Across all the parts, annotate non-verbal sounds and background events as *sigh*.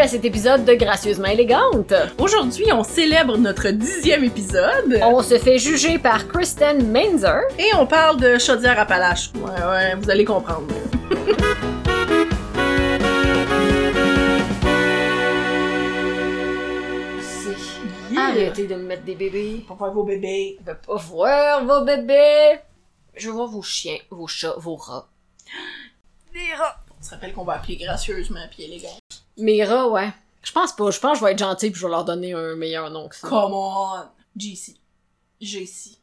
à cet épisode de Gracieusement élégante. Aujourd'hui, on célèbre notre dixième épisode On se fait juger par Kristen Mainzer. et on parle de Chaudière-Appalaches. Ouais, ouais, vous allez comprendre. Arrêtez de me mettre des bébés. Pour voir vos bébés. Je veux pas voir vos bébés. Je veux voir vos chiens, vos chats, vos rats. Des rats. On se rappelle qu'on va appeler gracieusement puis élégant. Mes rats, ouais. Je pense pas. Je pense que je vais être gentille puis je vais leur donner un meilleur nom que ça. Come on! JC. JC.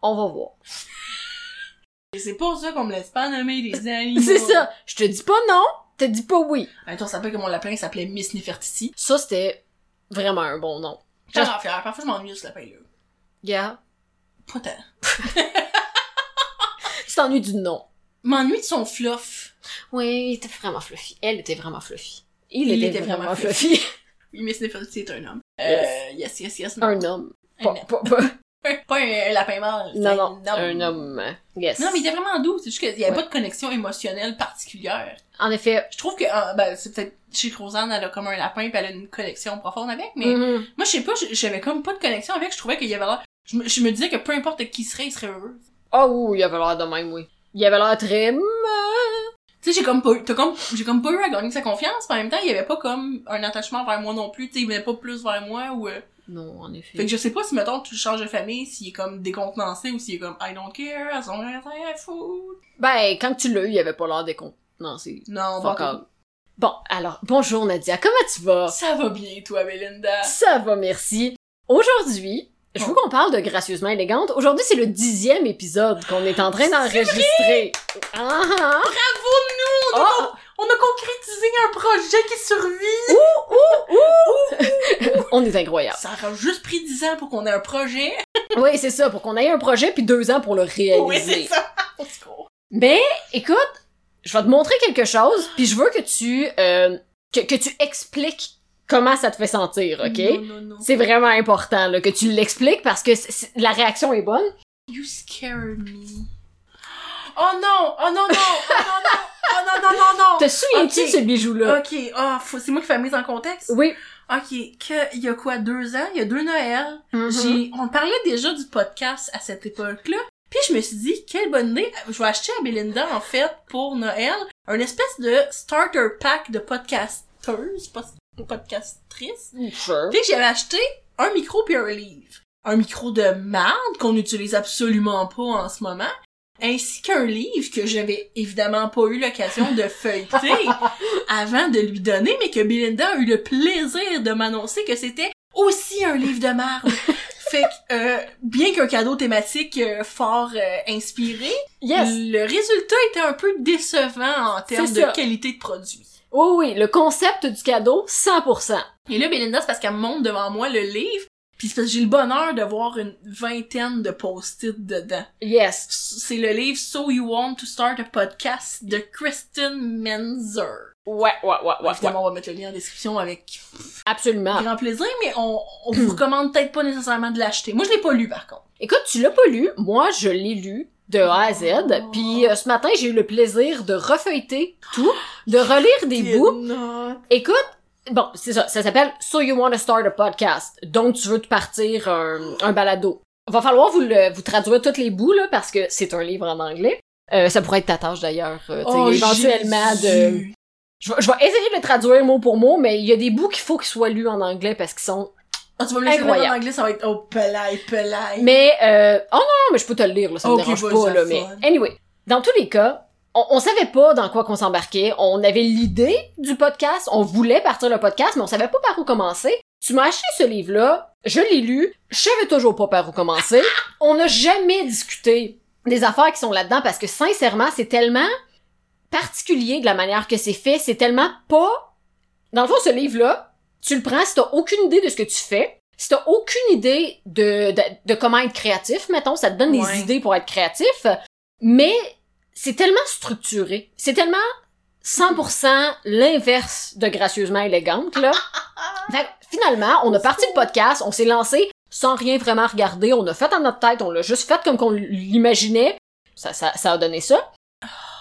On va voir. Et c'est pour ça qu'on me laisse pas nommer *laughs* les animaux. C'est ça. Je te dis pas non, je te dis pas oui. Attends, ça s'appelle comme on l'appelait, il s'appelait Miss Nefertiti. Ça, c'était vraiment un bon nom. J'en ai fière. Parfois, je m'ennuie de ce lapin-là. Gars, Pas tant. tu t'ennuies du nom. M'ennuie de son fluff. Oui, il était vraiment fluffy. Elle était vraiment fluffy. Il, Il était, vraiment, fluffy. *laughs* Oui, Miss Nefertiti est un homme. Euh, yes, yes, yes. non. un homme. Pas, Un- pas- pas- *laughs* Pas un, un lapin mâle. c'est Non, non, un homme. Yes. Non, mais il était vraiment doux. C'est juste qu'il n'y avait Ouais. pas de connexion émotionnelle particulière. En effet. Je trouve que, ah, ben, c'est peut-être chez Rosanne, elle a comme un lapin, puis elle a une connexion profonde avec, mais Mhm. moi, je sais pas, j- j'avais comme pas de connexion avec. Je trouvais qu'il y avait l'air. Je me, je me disais que peu importe qui serait, il serait heureux. Ah oui, il avait l'air de même, oui. Il avait l'air très... Tu sais, j'ai comme pas eu, t'as comme, j'ai comme pas eu à gagner sa confiance, mais en même temps, il y avait pas comme un attachement vers moi non plus, tu sais, il venait pas plus vers moi, ou, euh, Non, en effet. Fait que je sais pas si, mettons, tu changes de famille, s'il est comme décontenancé, ou s'il est comme, I don't care, as long as I have food. Ben, quand tu l'as eu, il avait pas l'air décon... Non, c'est... Non, Fuck bon, off. Bon, alors, bonjour Nadia, comment tu vas? ça va bien, toi, Belinda. Ça va, merci. Aujourd'hui, je Oh. veux qu'on parle de Gracieusement élégante. Aujourd'hui, c'est le dixième épisode qu'on est en train d'enregistrer. Ah, ah. Bravo, nous! On a Ah, On a concrétisé un projet qui survit! on est incroyable. Ça aura juste pris 10 ans pour qu'on ait un projet. Oui, c'est ça, pour qu'on ait un projet puis deux ans pour le réaliser. Oui, c'est ça. *laughs* Let's go. Mais, Ben, écoute, je vais te montrer quelque chose puis je veux que tu, euh, que, que tu expliques comment ça te fait sentir, ok? Non, non, non. C'est vraiment important là, que tu l'expliques parce que c'est- c'est- la réaction est bonne. You scare me. *gasps* Oh non! Oh non, non! Oh non, non! Oh non, non, *laughs* non, non! Te souviens-tu Ok. de ce bijou-là? Ok, ah, faut- c'est moi qui fais la mise en contexte. Oui. Ok, que, il y a quoi, deux ans? Il y a deux Noëls. Mm-hmm. J'ai, on parlait déjà du podcast à cette époque-là. Puis je me suis dit, quelle bonne idée. Je vais acheter à Belinda, en fait, pour Noël, un espèce de starter pack de podcasteuses, pod- podcastrices. Mhm. Sure. Puis j'avais acheté un micro puis un livre. Un micro de marde qu'on n'utilise absolument pas en ce moment, ainsi qu'un livre que j'avais évidemment pas eu l'occasion *laughs* de feuilleter avant de lui donner, mais que Belinda a eu le plaisir de m'annoncer que c'était aussi un livre de *laughs* marde. fait que, euh, bien qu'un cadeau thématique euh, fort euh, inspiré, Yes. le résultat était un peu décevant en termes C'est ça. de qualité de produit. Oui, oui, le concept du cadeau, 100%. Et là, Belinda, c'est parce qu'elle monte devant moi le livre, puis c'est parce que j'ai le bonheur de voir une vingtaine de post-it dedans. Yes. C'est le livre So You Want to Start a Podcast de Kristen Menzer. Ouais, ouais, ouais, ouais. ouais. Ah. Évidemment, on va mettre le lien en description avec Absolument. grand plaisir, mais on, *clears throat* on vous recommande peut-être pas nécessairement de l'acheter. Moi, je l'ai pas lu, par contre. Écoute, tu l'as pas lu, moi je l'ai lu de A à Z, Oh. puis euh, ce matin j'ai eu le plaisir de refeuilleter tout, de relire des bouts. Non. Écoute, bon, c'est ça, ça s'appelle So You Want to Start a Podcast, donc tu veux te partir un, un balado. Va falloir vous, le, vous traduire tous les bouts, là, parce que c'est un livre en anglais. Euh, ça pourrait être ta tâche d'ailleurs, euh, tu sais, Oh, éventuellement de... Je vais, je vais essayer de le traduire mot pour mot, mais il y a des bouts qu'il faut qu'ils soient lus en anglais parce qu'ils sont. Ah, tu vas me laisser le lire en Incroyable. anglais, ça va être oh, pelay, pelay. Mais euh... oh non, non, mais je peux te le lire, là, ça Ok, me dérange vas-y, pas, là. fun. Mais anyway, dans tous les cas, on, on savait pas dans quoi qu'on s'embarquait. On avait l'idée du podcast, on voulait partir le podcast, mais on savait pas par où commencer. Tu m'as acheté ce livre-là, je l'ai lu, je savais toujours pas par où commencer. On n'a jamais discuté des affaires qui sont là-dedans parce que sincèrement, c'est tellement particulier de la manière que c'est fait, c'est tellement pas... Dans le fond, ce livre-là, tu le prends si t'as aucune idée de ce que tu fais, si t'as aucune idée de, de, de comment être créatif, mettons, ça te donne Ouais. des idées pour être créatif, mais c'est tellement structuré, c'est tellement 100% l'inverse de gracieusement élégante, là. Fait que, finalement, on a parti le podcast, on s'est lancé sans rien vraiment regarder, on a fait dans notre tête, on l'a juste fait comme qu'on l'imaginait. Ça, ça, ça a donné ça.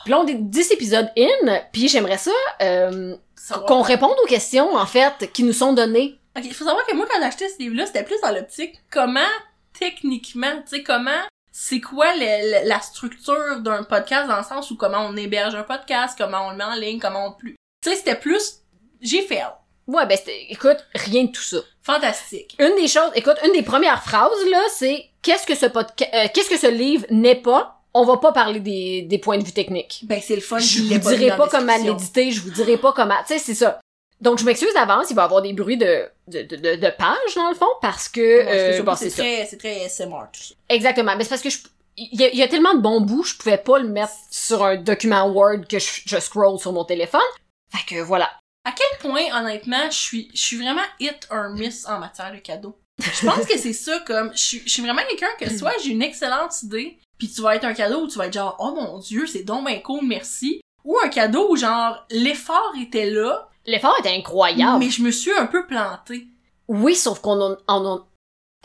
Puis là, on est 10 épisodes in, puis j'aimerais ça euh, Savoir- qu'on réponde aux questions, en fait, qui nous sont données. Ok, il faut savoir que moi, quand j'ai acheté ce livre-là, c'était plus dans l'optique comment, techniquement, tu sais, comment, c'est quoi le- le- la structure d'un podcast dans le sens où comment on héberge un podcast, comment on le met en ligne, comment on plus. Tu sais, c'était plus, j'ai fait, Ouais, ben, c'était- écoute, rien de tout ça. fantastique. Une des choses, écoute, une des premières phrases, là, c'est qu'est-ce que ce podca- euh, qu'est-ce que ce livre n'est pas? On va pas parler des, des points de vue techniques. Ben, c'est le fun. Je qu'il vous l'ait mis dirai dans pas la comment description. l'éditer, je vous dirai pas comment, tu sais, c'est ça. Donc, je m'excuse d'avance, il va y avoir des bruits de, de, de, de, de pages, dans le fond, parce que, Ouais, parce que euh, surtout, bon, c'est c'est ça. très, c'est très SMR, tout ça. Exactement. Mais c'est parce que je, il y, a- il y a tellement de bons bouts, je pouvais pas le mettre sur un document Word que je, je scroll sur mon téléphone. Fait que voilà. À quel point, honnêtement, je suis, je suis vraiment hit or miss en matière de cadeaux. Je pense que c'est ça, comme, je suis, je suis vraiment quelqu'un que soit j'ai une excellente idée, puis tu vas être un cadeau où tu vas être genre, oh mon dieu, c'est donc ben cool, merci. Ou un cadeau où genre, l'effort était là, *laughs* L'effort était incroyable. mais je me suis un peu plantée. Oui, sauf qu'on en, en, en-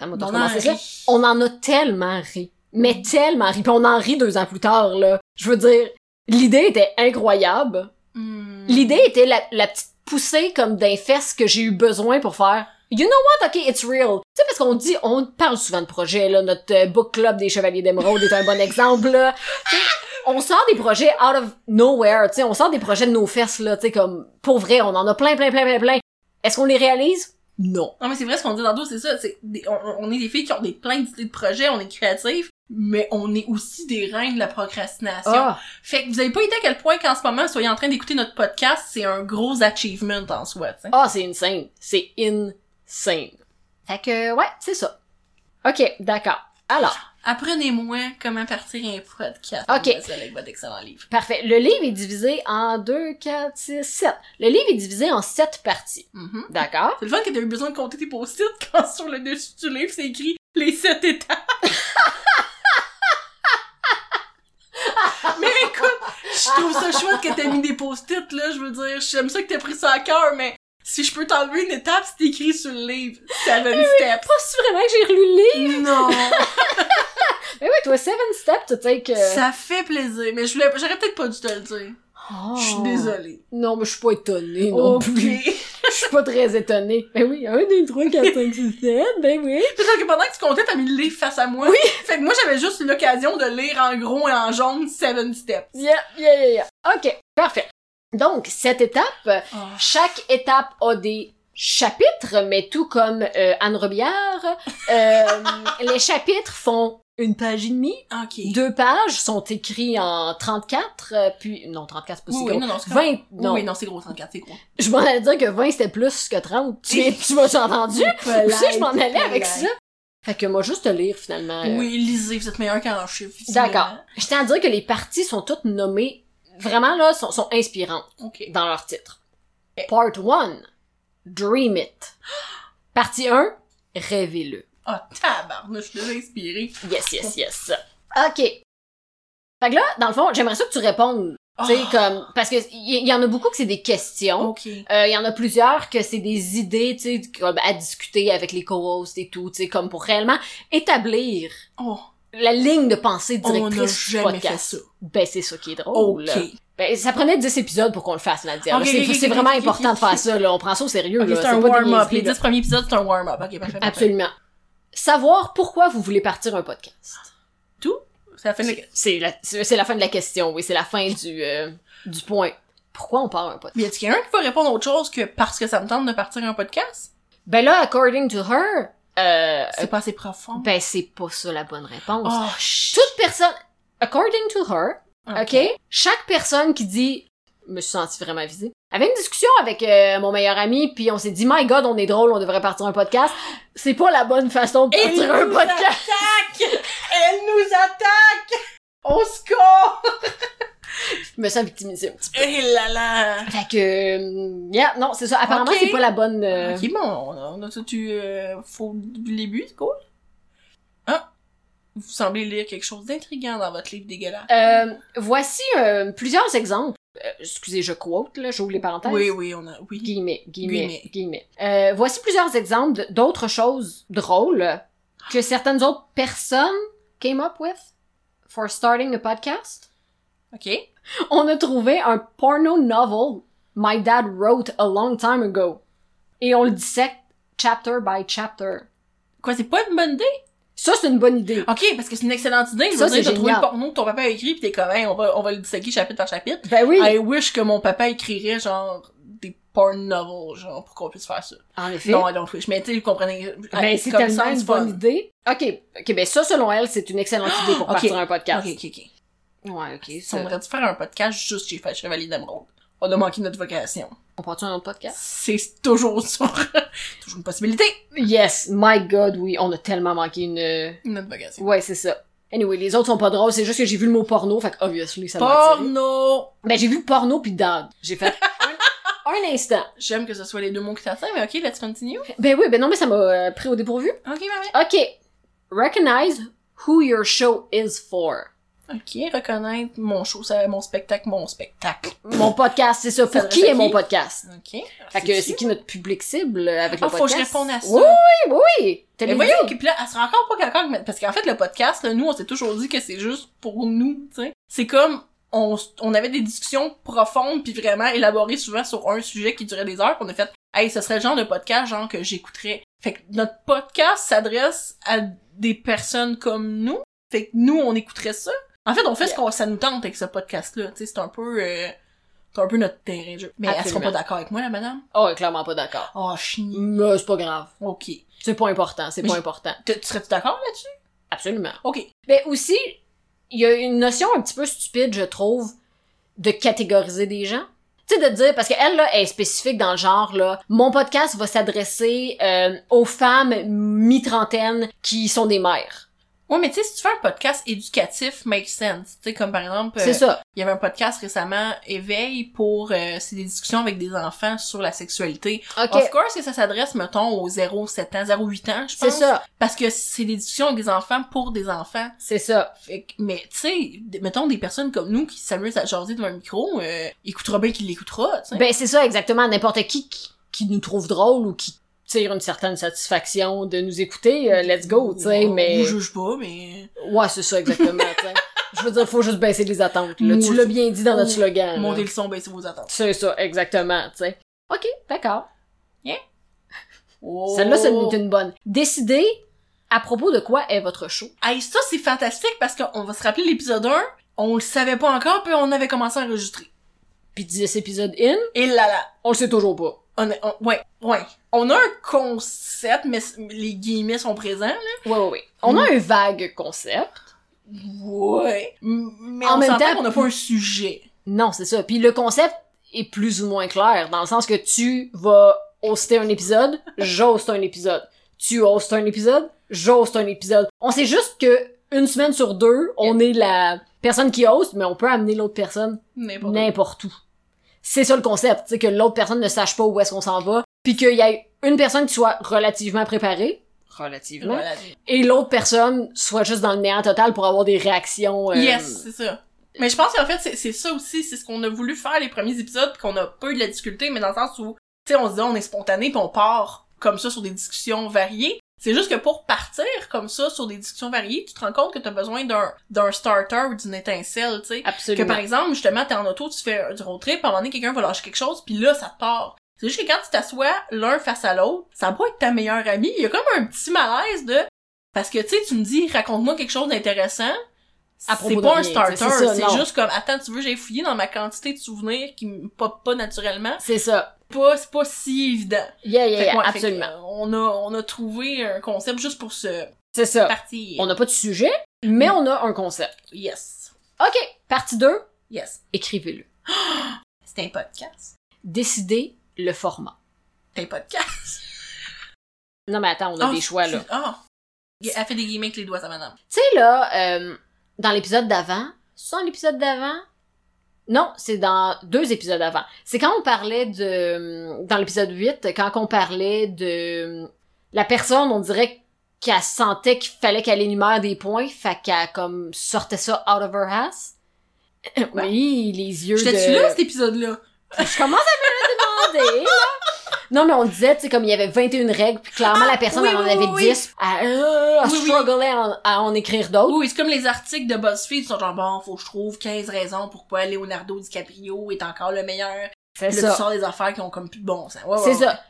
Attends, moi, t'as On en commencé ça? rit. on en a tellement ri. Mais tellement ri. Puis on en rit deux ans plus tard, là. Je veux dire, l'idée était incroyable. Hmm. L'idée était la, la petite poussée comme d'un fesses que j'ai eu besoin pour faire. You know what? OK, it's real. Tu sais, parce qu'on dit, on parle souvent de projets, là. Notre euh, book club des Chevaliers d'Émeraude est un bon exemple, là. Tu sais, on sort des projets out of nowhere, tu sais. On sort des projets de nos fesses, là. Tu sais, comme, pour vrai, on en a plein, plein, plein, plein, plein. Est-ce qu'on les réalise? Non. Non, mais c'est vrai ce qu'on dit dans dos, c'est ça. c'est des- on, on- on est des filles qui ont des plein d'idées de projets, on est créatives, mais on est aussi des reines de la procrastination. Ah. Fait que vous avez pas idée à quel point qu'en ce moment, soyez en train d'écouter notre podcast, c'est un gros achievement en soi, tu sais. Ah, c'est insane. C'est insane. Fait que, ouais, c'est ça. OK, d'accord. Alors, Apprenez-moi comment partir un podcast. Ok. mademoiselle, Avec votre excellent livre. parfait. Le livre est divisé en 2, 4, 6, 7. Le livre est divisé en 7 parties. Mhm. D'accord? C'est le fun que t'as eu besoin de compter tes post-it *laughs* quand sur le dessus du livre, c'est écrit les sept étapes. *laughs* mais écoute, je trouve ça chouette que t'aies mis des post-it, là. Je veux dire, j'aime ça que t'aies pris ça à cœur, mais si je peux t'enlever une étape, c'est écrit sur le livre. Seven steps. Penses-tu vraiment que j'ai relu le livre? Non! Mais oui, toi, 7 steps to take... euh, Ça fait plaisir, mais je voulais, j'aurais peut-être pas dû te le dire. oh. Je suis désolée. Non, mais je suis pas étonnée non Ok. plus. *laughs* Je suis pas très étonnée. Ben oui, 1, 2, 3, 4, 5, 6, 7, ben oui. C'est sûr que pendant que tu comptais, t'as mis le livre face à moi. Oui. *laughs* Fait que moi, j'avais juste l'occasion de lire en gros et en jaune Seven Steps. Yeah, yeah, yeah, yeah. OK, parfait. Donc, cette étape, Ah, Chaque étape a des chapitres, mais tout comme euh, Anne Robillard, euh, *laughs* les chapitres font une page et demie. ok. Deux pages sont écrites en 34, euh, puis... Non, 34, c'est pas Oui, si oui, gros. non, non, c'est 20, Oui, non. oui, non, c'est gros, 34, c'est *laughs* gros. Je m'en allais dire que 20, c'était plus que 30. Tu, tu m'as *laughs* entendu? Aussi, je m'en allais avec ça. Fait que moi, juste te lire, finalement. euh, Oui, lisez, vous êtes meilleur qu'en chiffre. D'accord. Je tiens à dire que les parties sont toutes nommées... Vraiment, là, sont, sont inspirantes. Ok. dans leur titre. Part 1. Dream it. Partie 1. Rêvez-le. Ah, tabarnouche, je suis déjà inspirée. Yes, yes, *laughs* yes. OK. Fait que là, dans le fond, j'aimerais ça que tu répondes. Tu sais, Ah, comme... Parce que y, y en a beaucoup que c'est des questions. Euh, Ok. Il y en a plusieurs que c'est des idées, tu sais, comme à discuter avec les co-hosts et tout, tu sais, comme pour réellement établir Oh, la ligne de pensée on n'a directrice du jamais fait podcast. ça. Ben, c'est ça qui est drôle. Ok. Ok, Ben, ça prenait 10 épisodes pour qu'on le fasse, Nadia. Ok, C'est- ok, ok, c'est ok, vraiment ok, ok, important de ok. faire ça, là. On prend ça au sérieux, là. c'est un pas des warm-up. niaiseries, Les là. 10 premiers épisodes, c'est un warm-up. Ok, parfait. parfait. Absolument. Savoir pourquoi vous voulez partir un podcast. C'est la fin de la- C'est la, c'est c'est la fin de la question, oui. C'est la fin du, euh, du point. Pourquoi on part un Mais y podcast? a-t-il quelqu'un qui peut répondre autre chose que parce que ça me tente de partir un podcast? Ben là, according to her, euh, C'est pas assez profond. ben c'est pas ça la bonne réponse. oh, shit! Toute personne, according to her, OK? Chaque personne qui dit je me suis sentie vraiment visée. Avait une discussion avec euh, mon meilleur ami, puis on s'est dit my god, on est drôle, on devrait partir un podcast. C'est pas la bonne façon de Elle partir un nous podcast. attaque! *laughs* Elle nous attaque! Au secours! Je me sens victimisée un petit Eh là là! peu. Fait que euh, yeah, non, c'est ça. Apparemment, Ok. c'est pas la bonne euh, Ok, bon, on a, on a tout eu euh, faux du début, c'est cool. Ah! Vous semblez lire quelque chose d'intriguant dans votre livre dégueulasse. euh, voici euh, plusieurs exemples. Euh, excusez, je quote là, j'ouvre les parenthèses. oui, oui, on a. Oui. Guillemets, guillemets, Guillemets. guillemets. Euh, voici plusieurs exemples d'autres choses drôles que certaines autres personnes came up with for starting a podcast. OK. on a trouvé un porno novel My Dad Wrote a Long Time Ago. Et on le dissecte chapter by chapter. Quoi, c'est pas une bonne idée? Ça, c'est une bonne idée. OK, parce que c'est une excellente idée. Je Ça, veux dire, c'est t'as trouvé le génial. porno que ton papa a écrit, pis t'es comme, Hey, on va, on va le disséquer chapitre par chapitre. Ben oui. I wish que mon papa écrirait, genre, des porn novels, genre, pour qu'on puisse faire ça. En effet. Non, I don't wish. Mais tu sais, vous comprenez. euh, Ben, c'est comme tellement sounds une fun. bonne idée. OK. OK, ben ça, selon elle, c'est une excellente idée pour *gasps* Ok. partir un Ok, podcast. ok, ok. Ouais, OK. On ça- aurait dû faire un podcast juste j'ai fait Chevalier d'Emeraude. On a manqué notre vocation. On part-tu un autre podcast? C'est toujours sur... *laughs* toujours une possibilité. Yes, my God, oui. On a tellement manqué une... euh, Notre vocation. Ouais, c'est ça. Anyway, les autres sont pas drôles, c'est juste que j'ai vu le mot porno, fait que obviously ça m'a attiré. Porno! Ben, j'ai vu porno puis dad. J'ai fait *laughs* un, un instant. J'aime que ce soit les deux mots qui t'attirent, mais ok, let's continue. Ben oui, ben non, mais ça m'a euh, pris au dépourvu. Ok, maman. OK. Recognize who your show is for. Ok, reconnaître mon show, ça, mon spectacle, mon spectacle. Mon podcast, c'est ça. Pour Ça qui reste est à mon qui? podcast? Ok. Fait que c'est qui notre public cible euh, avec Ah, le faut que podcast? je réponde à ça. Oui, oui, oui. T'as Mais les voyons, dit. ok, puis là, elle sera encore pas quelqu'un, parce qu'en fait, le podcast, là, nous, on s'est toujours dit que c'est juste pour nous, tu sais. C'est comme, on, s- on avait des discussions profondes puis vraiment élaborées souvent sur un sujet qui durait des heures, puis on a fait, hey, ce serait le genre de podcast, genre, que j'écouterais. Fait que notre podcast s'adresse à des personnes comme nous, fait que nous, on écouterait ça. En fait, on fait ce qu'on, ça nous tente avec ce podcast-là, tu sais, c'est un peu, euh, c'est un peu notre terrain de jeu. Mais elle sera Absolument. pas d'accord avec moi, la madame? Oh, elle est clairement pas d'accord. Oh, chini. Mais c'est pas grave. Ok. C'est pas important, c'est Mais pas je- important. T- Tu serais-tu d'accord là-dessus? Absolument. Ok. Mais aussi, il y a une notion un petit peu stupide, je trouve, de catégoriser des gens. Tu sais, de dire, parce qu'elle, là, elle est spécifique dans le genre, là, mon podcast va s'adresser euh, aux femmes mi-trentaine qui sont des mères. Ouais, mais tu sais, si tu fais un podcast éducatif, make sense. Tu sais, comme par exemple, euh, C'est ça. il y avait un podcast récemment, Éveil, pour... euh, c'est des discussions avec des enfants sur la sexualité. OK. Of course que ça s'adresse, mettons, aux 0-7 ans, 0-8 ans, je pense. C'est ça. Parce que c'est des discussions avec des enfants pour des enfants. C'est ça. Fait que, mais tu sais, d- mettons des personnes comme nous qui s'amusent à jaser devant un micro, euh, écoutera bien qu'il l'écoutera, tu sais. Ben, c'est ça, exactement. N'importe qui, qui qui nous trouve drôle ou qui tire une certaine satisfaction de nous écouter, euh, let's go, tu sais, Ou- mais... ou juge pas, mais... Ouais, c'est ça, exactement, tu sais. Je veux dire, faut juste baisser les attentes, là. Tu l'as bien dit dans notre slogan. là. Montez le son, baissez vos attentes. C'est ça, exactement, tu sais. OK, d'accord. Oh. Celle-là, c'est une- une bonne. Décidez à propos de quoi est votre show. Hey, ça, c'est fantastique parce qu'on va se rappeler l'épisode 1, on le savait pas encore, puis on avait commencé à enregistrer. Puis 10 épisodes in, Et là là, on le sait toujours pas. on, est- on- ouais, ouais. On a un concept, mais c- les guillemets sont présents, là. Ouais, ouais, Mm. ouais. On a un vague concept. Ouais. M- Mais En en on même même temps, on n'a pas un sujet. Non, c'est ça. Puis le concept est plus ou moins clair, dans le sens que tu vas hoster un épisode, j'hoste un épisode. Tu hostes un épisode, j'hoste un épisode. On sait juste que une semaine sur deux, on est la personne qui hoste, mais on peut amener l'autre personne N'importe quoi. n'importe où. C'est ça le concept, c'est que l'autre personne ne sache pas où est-ce qu'on s'en va, puis qu'il y ait une personne qui soit relativement préparée, relativement, Voilà. et l'autre personne soit juste dans le néant total pour avoir des réactions. euh, Yes, c'est ça. Mais je pense qu'en fait, c'est- c'est ça aussi, c'est ce qu'on a voulu faire les premiers épisodes, puis qu'on a peu eu de la difficulté, mais dans le sens où, tu sais, on se dit, on est spontané, puis on part comme ça sur des discussions variées. C'est juste que pour partir comme ça sur des discussions variées, tu te rends compte que t'as besoin d'un d'un starter ou d'une étincelle, tu sais. Que Absolument. par exemple, justement, t'es en auto, tu fais du road trip, puis à un moment donné, quelqu'un va lâcher quelque chose, puis là, ça te part. C'est juste que quand tu t'assois l'un face à l'autre, ça va pas être ta meilleure amie. Il y a comme un petit malaise de... Parce que, tu sais, tu me dis, raconte-moi quelque chose d'intéressant. À C'est propos de pas un rien, starter, tu sais, c'est ça, non. c'est juste comme, attends, tu veux, j'ai fouillé dans ma quantité de souvenirs qui me pop pas naturellement. C'est ça. C'est pas, c'est pas si évident. Yeah, yeah, Fait que, yeah, ouais, fait que, absolument. euh, on, a, on a trouvé un concept juste pour ce C'est ça. parti. Ah. On n'a pas de sujet, mais on a un concept. Yes. OK, partie 2, Yes. écrivez-le. C'est un podcast. Décidez le format. C'est un podcast. Non, mais attends, on a Ah, des choix, là. tu- Ah! Elle fait des guillemets avec les doigts, ça, madame. Tu sais, là, euh, dans l'épisode d'avant, c'est dans l'épisode d'avant? Non, c'est dans deux épisodes avant. C'est quand on parlait de... Dans l'épisode 8, quand on parlait de... La personne, on dirait qu'elle sentait qu'il fallait qu'elle énumère des points, fait qu'elle, comme, sortait ça out of her ass. Euh, Oui, les yeux de... J'étais-tu là, cet épisode-là? Je commence à me le demander, là. Non, mais on disait, tu sais, comme il y avait 21 règles, puis clairement, la personne Ah, oui, elle en oui, avait oui, 10, elle, euh, elle Oui, oui. strugglait à en- à en écrire d'autres. Oui, c'est comme les articles de BuzzFeed, ils sont genre, bon, faut que je trouve 15 raisons pourquoi Leonardo DiCaprio est encore le meilleur. C'est Puis Là, tu ça. sors des affaires qui ont comme plus de bon sens. Ouais, ouais, C'est ouais. ça.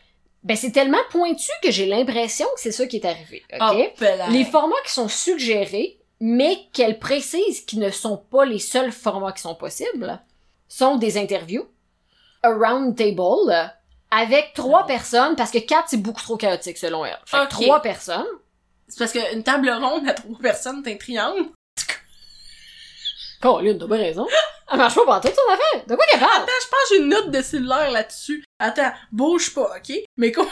Ben, c'est tellement pointu que j'ai l'impression que c'est ça qui est arrivé, ok? Hop là. Les formats qui sont suggérés, mais qu'elle précise qui ne sont pas les seuls formats qui sont possibles, sont des interviews, a round table, euh, avec trois personnes, parce que quatre, c'est beaucoup trop chaotique selon elle. Fait que Ah. Ok. trois personnes. C'est parce qu'une table ronde à trois personnes, t'es un triangle. Colline, t'as bien *laughs* raison. Elle marche pas partout, son affaire. De quoi qu'elle parle? Attends, je pense que j'ai une note de cellulaire là-dessus. Attends, bouge pas, ok? Mais quoi?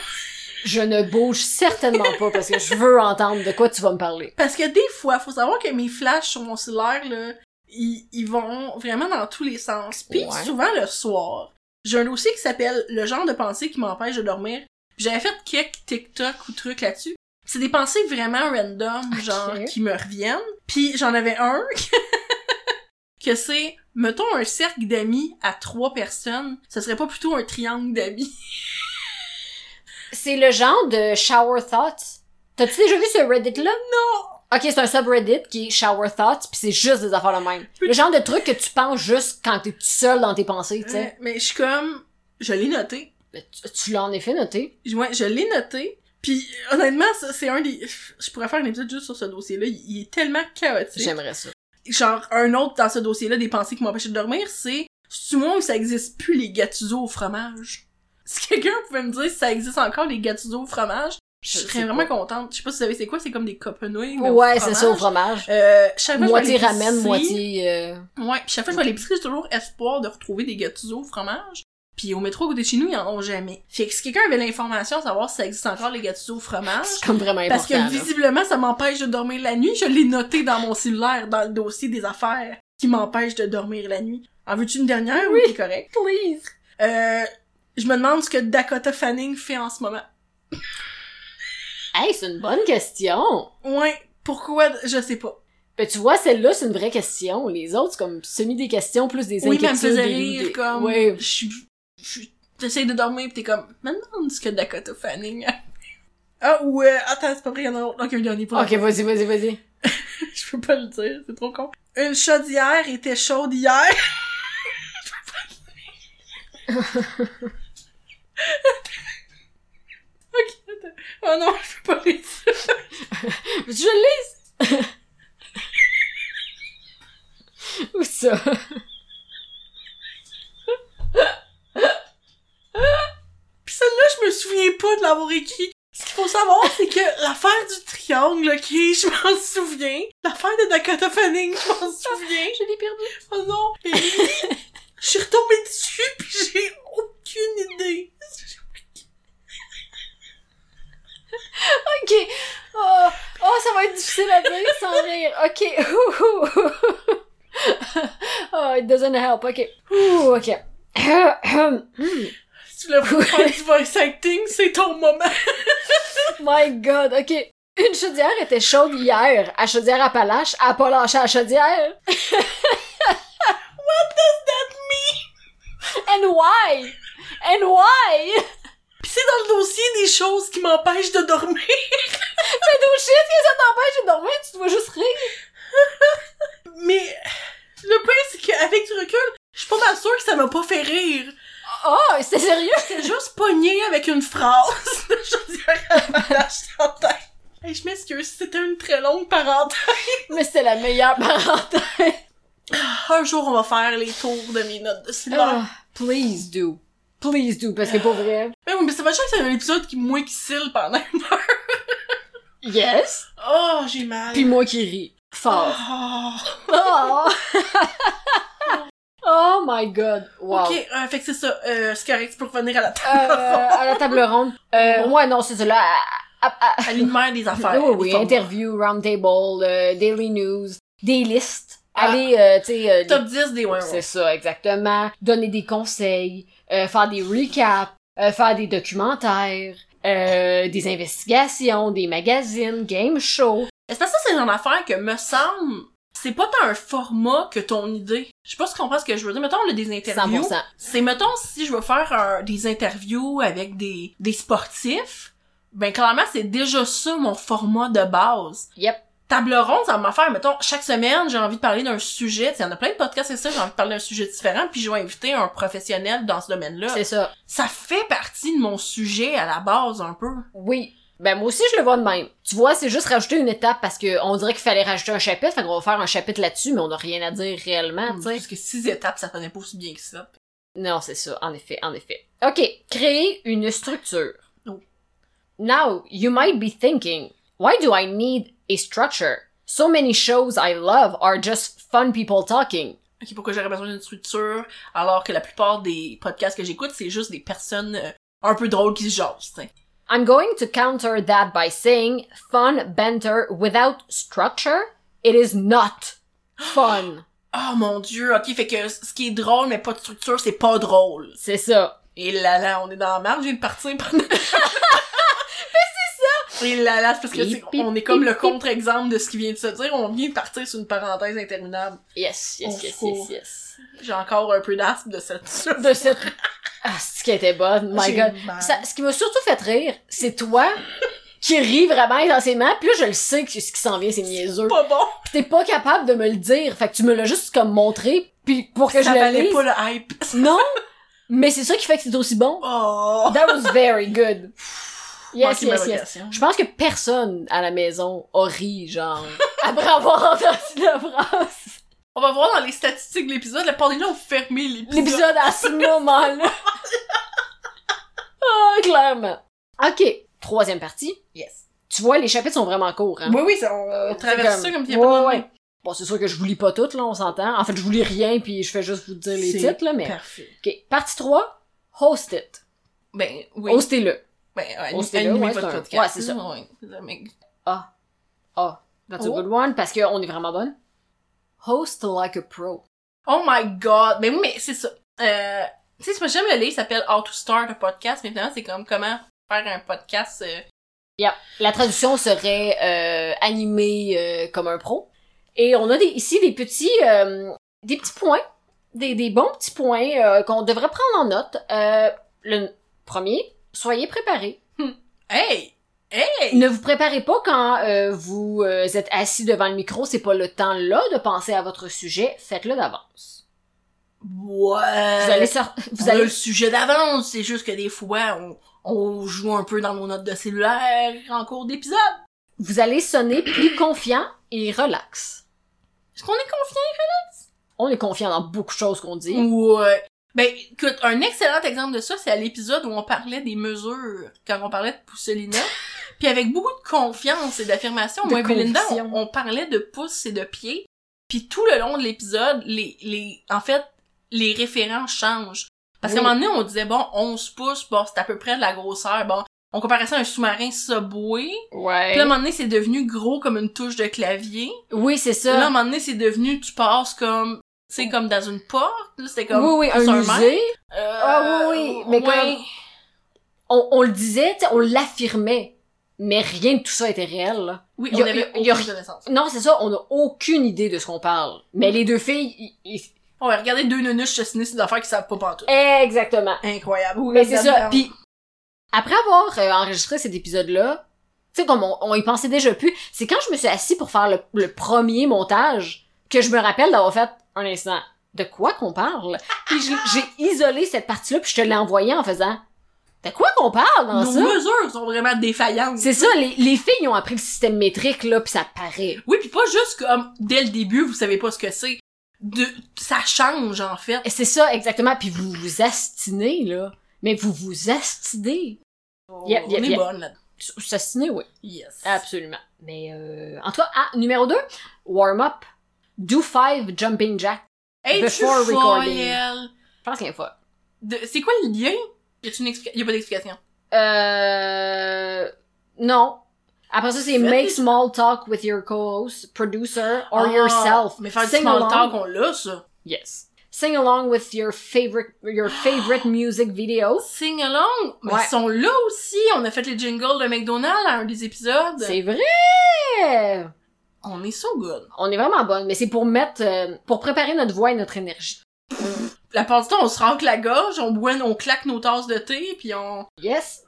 Je ne bouge certainement pas parce que je veux entendre de quoi tu vas me parler. Parce que des fois, faut savoir que mes flashs sur mon cellulaire, là, ils, ils vont vraiment dans tous les sens. Puis Ouais. souvent le soir, j'ai un dossier qui s'appelle Le genre de pensée qui m'empêche de dormir. Puis J'avais fait quelques TikTok ou trucs là-dessus. C'est des pensées vraiment random, genre, qui me reviennent. Puis j'en avais un *laughs* que- que c'est, mettons un cercle d'amis à trois personnes, ce serait pas plutôt un triangle d'amis. C'est le genre de shower thoughts. T'as-tu déjà vu ce Reddit-là? Non! Ok, c'est un subreddit qui est shower thoughts, puis c'est juste des affaires de même. Le genre de truc que tu penses juste quand t'es tout seul dans tes pensées, tu sais. Ouais, mais je suis comme, je l'ai noté. Mais Tu, tu l'as en effet noté. Je- Ouais, je l'ai noté. Puis euh, honnêtement, ça, c'est un des. Je pourrais faire un épisode juste sur ce dossier-là. Il, il est tellement chaotique. J'aimerais ça. Genre, un autre dans ce dossier-là, des pensées qui m'empêchaient de dormir, c'est tu moi où ça existe plus les gâteaux au fromage? *laughs* Si quelqu'un pouvait me dire si ça existe encore les gâteaux au fromage, je Je serais sais pas. vraiment contente. Je sais pas si vous savez c'est quoi, c'est comme des copenoïdes. Ouais, c'est ça au fromage. Euh, chaque fois que je vais moitié à ramen, l'épicerie- moitié... euh, Ouais, puis chaque fois que je vais à l'épicerie, j'ai toujours espoir de retrouver des gâteaux au fromage. Puis au métro à côté de chez nous, ils en ont jamais. Fait que si quelqu'un avait l'information à savoir si ça existe encore les gâteaux au fromage, C'est comme vraiment Ah, parce que important, là. visiblement ça m'empêche de dormir la nuit, je l'ai noté dans mon cellulaire dans le dossier des affaires qui m'empêche de dormir la nuit. En veux-tu une dernière Oui. ou t'es correct? Please! Euh, je me demande ce que Dakota Fanning fait en ce moment. Hey, c'est une bonne question! Ouais, pourquoi je sais pas. Ben, tu vois, celle-là, c'est une vraie question. Les autres, c'est comme semi des questions, plus des Oui, mais elle me inquiétudes. faisait des doutes, rire des- comme Ouais. je suis- je suis- j'essaie de dormir pis t'es comme me demande ce que Dakota Fanning a fait. Ah ou euh, attends, c'est pas vrai, il y en a un autre. Ok, un dernier pour Ok, vas-y, vas-y, vas-y. *laughs* Je peux pas le dire, c'est trop con. Une chaudière était chaude hier. *laughs* Je peux pas le dire. *laughs* ok, attends. Oh non, je peux pas le dire. Je l'ai! *laughs* Où ça? Puis celle-là, je me souviens pas de l'avoir écrit. Ce qu'il faut savoir, c'est que l'affaire du triangle, ok, *laughs* je m'en souviens. L'affaire de Dakota Fanning, je m'en souviens. Je l'ai perdu. Oh non, mais oui, je suis retombée dessus pis j'ai aucune idée. Ok. Oh, oh, ça va être difficile à dire sans rire. Ok. *laughs* Ouh, ouh. oh, it doesn't help. Ok. Ouh, ok. *coughs* Si tu l'as voulu faire du voice acting, c'est ton moment. My God. Ok. Une chaudière était chaude hier. À chaudière Appalaches, à pas lâché à chaudière. *laughs* What does that mean? And why? And why? Pis c'est dans le dossier des choses qui m'empêchent de dormir. Mais d'où shit que ça t'empêche de dormir? Tu te vois juste rire. Mais le pire, c'est qu'avec du recul, je suis pas mal sûre que ça m'a pas fait rire. Oh, c'est sérieux? *laughs* J'étais juste pognée avec une phrase *laughs* de chaudière à la chantaille. Hey, je m'excuse, c'était une très longue parenthèse. Mais c'était la meilleure parenthèse. Un jour, on va faire les tours de mes notes de cellulaire. Ah, please do. Please do, parce que pour vrai. Mais oui, mais ça va juste être un épisode qui, moi, qui cille pendant une heure. Yes. Oh, j'ai mal. Puis moi qui ris. Fort. Oh. *laughs* Oh. oh my god. Wow. Ok, euh, fait que c'est ça. Euh, c'est correct, tu peux revenir à la Euh, table. *laughs* à la table ronde. Euh, ouais, non, c'est ça. Là, à- à- à- À l'univers des affaires. oui, oui, des formats. interview, round table, euh, daily news, des listes. Allez, euh, tu sais, euh, Top 10 des ouais, C'est ouais. ça, exactement. Donner des conseils, euh, faire des recaps, euh, faire des documentaires, euh, des investigations, des magazines, game shows. Est-ce que ça, c'est une affaire que, me semble, c'est pas tant un format que ton idée. Je sais pas si tu comprends ce que je veux dire. Mettons, là, des interviews. 100%. C'est, mettons, si je veux faire un- des interviews avec des, des sportifs, ben, clairement, c'est déjà ça mon format de base. Yep. Table ronde, ça va m'en faire, mettons, chaque semaine, j'ai envie de parler d'un sujet. Il y en a plein de podcasts, c'est ça, j'ai envie de parler d'un sujet différent, puis je vais inviter un professionnel dans ce domaine-là. C'est ça. Ça fait partie de mon sujet à la base, un peu. Oui. Ben moi aussi je le vois de même. Tu vois, c'est juste rajouter une étape parce que on dirait qu'il fallait rajouter un chapitre, fait qu'on va faire un chapitre là-dessus, mais on n'a rien à dire réellement, tu sais. Parce que six étapes, ça prenait pas aussi bien que ça. Non, c'est ça, en effet, en effet. OK, créer une structure. Oh. Now, you might be thinking, why do I need a structure? So many shows I love are just fun people talking. Ok, pourquoi j'aurais besoin d'une structure alors que la plupart des podcasts que j'écoute, c'est juste des personnes euh, un peu drôles qui se jasent. t'sais. I'm going to counter that by saying fun banter without structure, it is *gasps* not fun. Oh mon dieu, ok, fait que ce qui est drôle mais pas de structure, c'est pas drôle. c'est ça. Et là là, on est dans la marge, j'ai une partie pendant... *laughs* Mais c'est ça! Et là là, c'est parce que Pip, c'est- pip, on est comme pip, le pip. contre-exemple de ce qui vient de se dire, on vient de partir sur une parenthèse interminable. Yes, yes, Au yes, yes, secours. yes. J'ai encore un peu d'asthme de cette... De cette... Ah, c'est qui était bonne, my J'ai god. mal. Ça- ce qui m'a surtout fait rire, c'est toi qui ris vraiment intensément, puis là, je le sais que ce qui s'en vient, c'est niaiseux. Pas bon! Puis T'es pas capable de me le dire, fait que tu me l'as juste comme montré, puis pour *laughs* que ça je le valait lise. pas le hype. Non, mais c'est ça qui fait que c'est aussi bon. Oh! That was very *laughs* good. Yes, Manqué ma yes, yes. vocation. Je pense que personne à la maison a ri, genre, après avoir *laughs* entendu la phrase. On va voir dans les statistiques de l'épisode, la part des gens ont fermé l'épisode. L'épisode à ce *laughs* moment-là. Ah, clairement. Ok, troisième partie. Yes. Tu vois, les chapitres sont vraiment courts, hein? Oui, oui, ça, on, on traverse ça comme s'il n'y a ouais, pas de ouais. Bon, c'est sûr que je vous lis pas toutes, là, on s'entend. En fait, je vous lis rien, puis je fais juste vous dire les C'est titres, là, mais... Parfait. OK. Partie 3, host it. Ben, oui. Hostez-le. ben, ouais, au anim- stélo, animez ouais, votre c'est un- podcast. ouais, c'est ça. Ouais, ça, mais- That's Oh. a good one, parce qu'on est vraiment bonne. Host like a pro. Oh my god! Mais oui, mais c'est ça. Euh, tu sais, moi, j'aime le livre, il s'appelle How to Start a Podcast, mais finalement, c'est comme comment faire un podcast. euh, La traduction serait euh, animé euh, comme un pro. Et on a des, ici des petits, euh, des petits points, des, des bons petits points euh, qu'on devrait prendre en note. Euh, le premier, soyez préparés. Hey! Hey! Ne vous préparez pas quand euh, vous euh, êtes assis devant le micro, c'est pas le temps là de penser à votre sujet, faites-le d'avance. Ouais! Vous allez sor- On vous a allez le sujet d'avance, c'est juste que des fois, on, on joue un peu dans nos notes de cellulaire en cours d'épisode. vous allez sonner plus confiant et relax. Est-ce qu'on est confiant? On est confiant dans beaucoup de choses qu'on dit. Ouais. Ben, écoute, un excellent exemple de ça, c'est à l'épisode où on parlait des mesures, quand on parlait de *laughs* Pousselina. Puis avec beaucoup de confiance et d'affirmation, De moi et Belinda, conviction. on, on parlait de pouces et de pieds. Puis tout le long de l'épisode, les, les, en fait, les référents changent. Parce qu'à Oui. un moment donné, on disait, bon, 11 pouces, bon, c'est à peu près de la grosseur, bon. On comparait ça à un sous-marin subway. Puis là, à un Ouais. moment donné, c'est devenu gros comme une touche de clavier. Oui, c'est Puis là, à un ça. Oh. moment donné, c'est devenu, tu passes comme, tu sais, comme dans une porte. Là, c'était comme, oui, oui, plus un mètre. musée. Euh, Ah oui, oui, mais comme- On, on le disait, tu sais, on l'affirmait, mais rien de tout ça était réel. là. Oui, Il y on a- avait il y a- aucune connaissance. Non, c'est ça, on n'a aucune idée de ce qu'on parle. Mais les deux filles, ils- ils- On va regarder deux nunuches chassinés sur des affaires qui savent pas pantoute. exactement. Incroyable. Oui, Mais c'est ça. regarde-le. Puis après avoir euh, enregistré cet épisode-là, tu sais comme on, on y pensait déjà plus, c'est quand je me suis assis pour faire le, le premier montage que je me rappelle d'avoir fait un instant. De quoi qu'on parle Puis je- j'ai isolé cette partie-là puis je te l'ai envoyée en faisant. De quoi qu'on parle dans Nos ça mesures sont vraiment défaillantes. C'est ça. Les, les filles ont appris le système métrique là puis ça paraît. Oui, puis pas juste comme, dès le début, vous savez pas ce que c'est. De... Ça change, en fait. Et C'est ça exactement. Puis vous vous astinez là, mais vous vous astinez. Yep, yep, on est yep. bonne là S'astiner, oui. Yes. Absolument. Mais euh, en tout cas, ah, numéro 2, warm up. Do five jumping jack. Hey, tu Before recording. folle? Je pense qu'il y a pas. De- C'est quoi le lien? Y a, une explica- y a pas d'explication. Euh, non. Après ça, c'est Faites make des- small talk with your co-host, producer, or Ah, yourself. Mais faire du Sing small along- talk, on l'a, ça. Yes. Sing along with your favorite, your favorite music videos. Sing along? Mais Ouais. ils sont là aussi. On a fait les jingles de McDonald's à un des épisodes. C'est vrai! On est so good. On est vraiment bonne, mais c'est pour mettre, euh, pour préparer notre voix et notre énergie. La part du temps, on se rencle la gorge, on boit, on claque nos tasses de thé, puis on... *clears throat* Yes,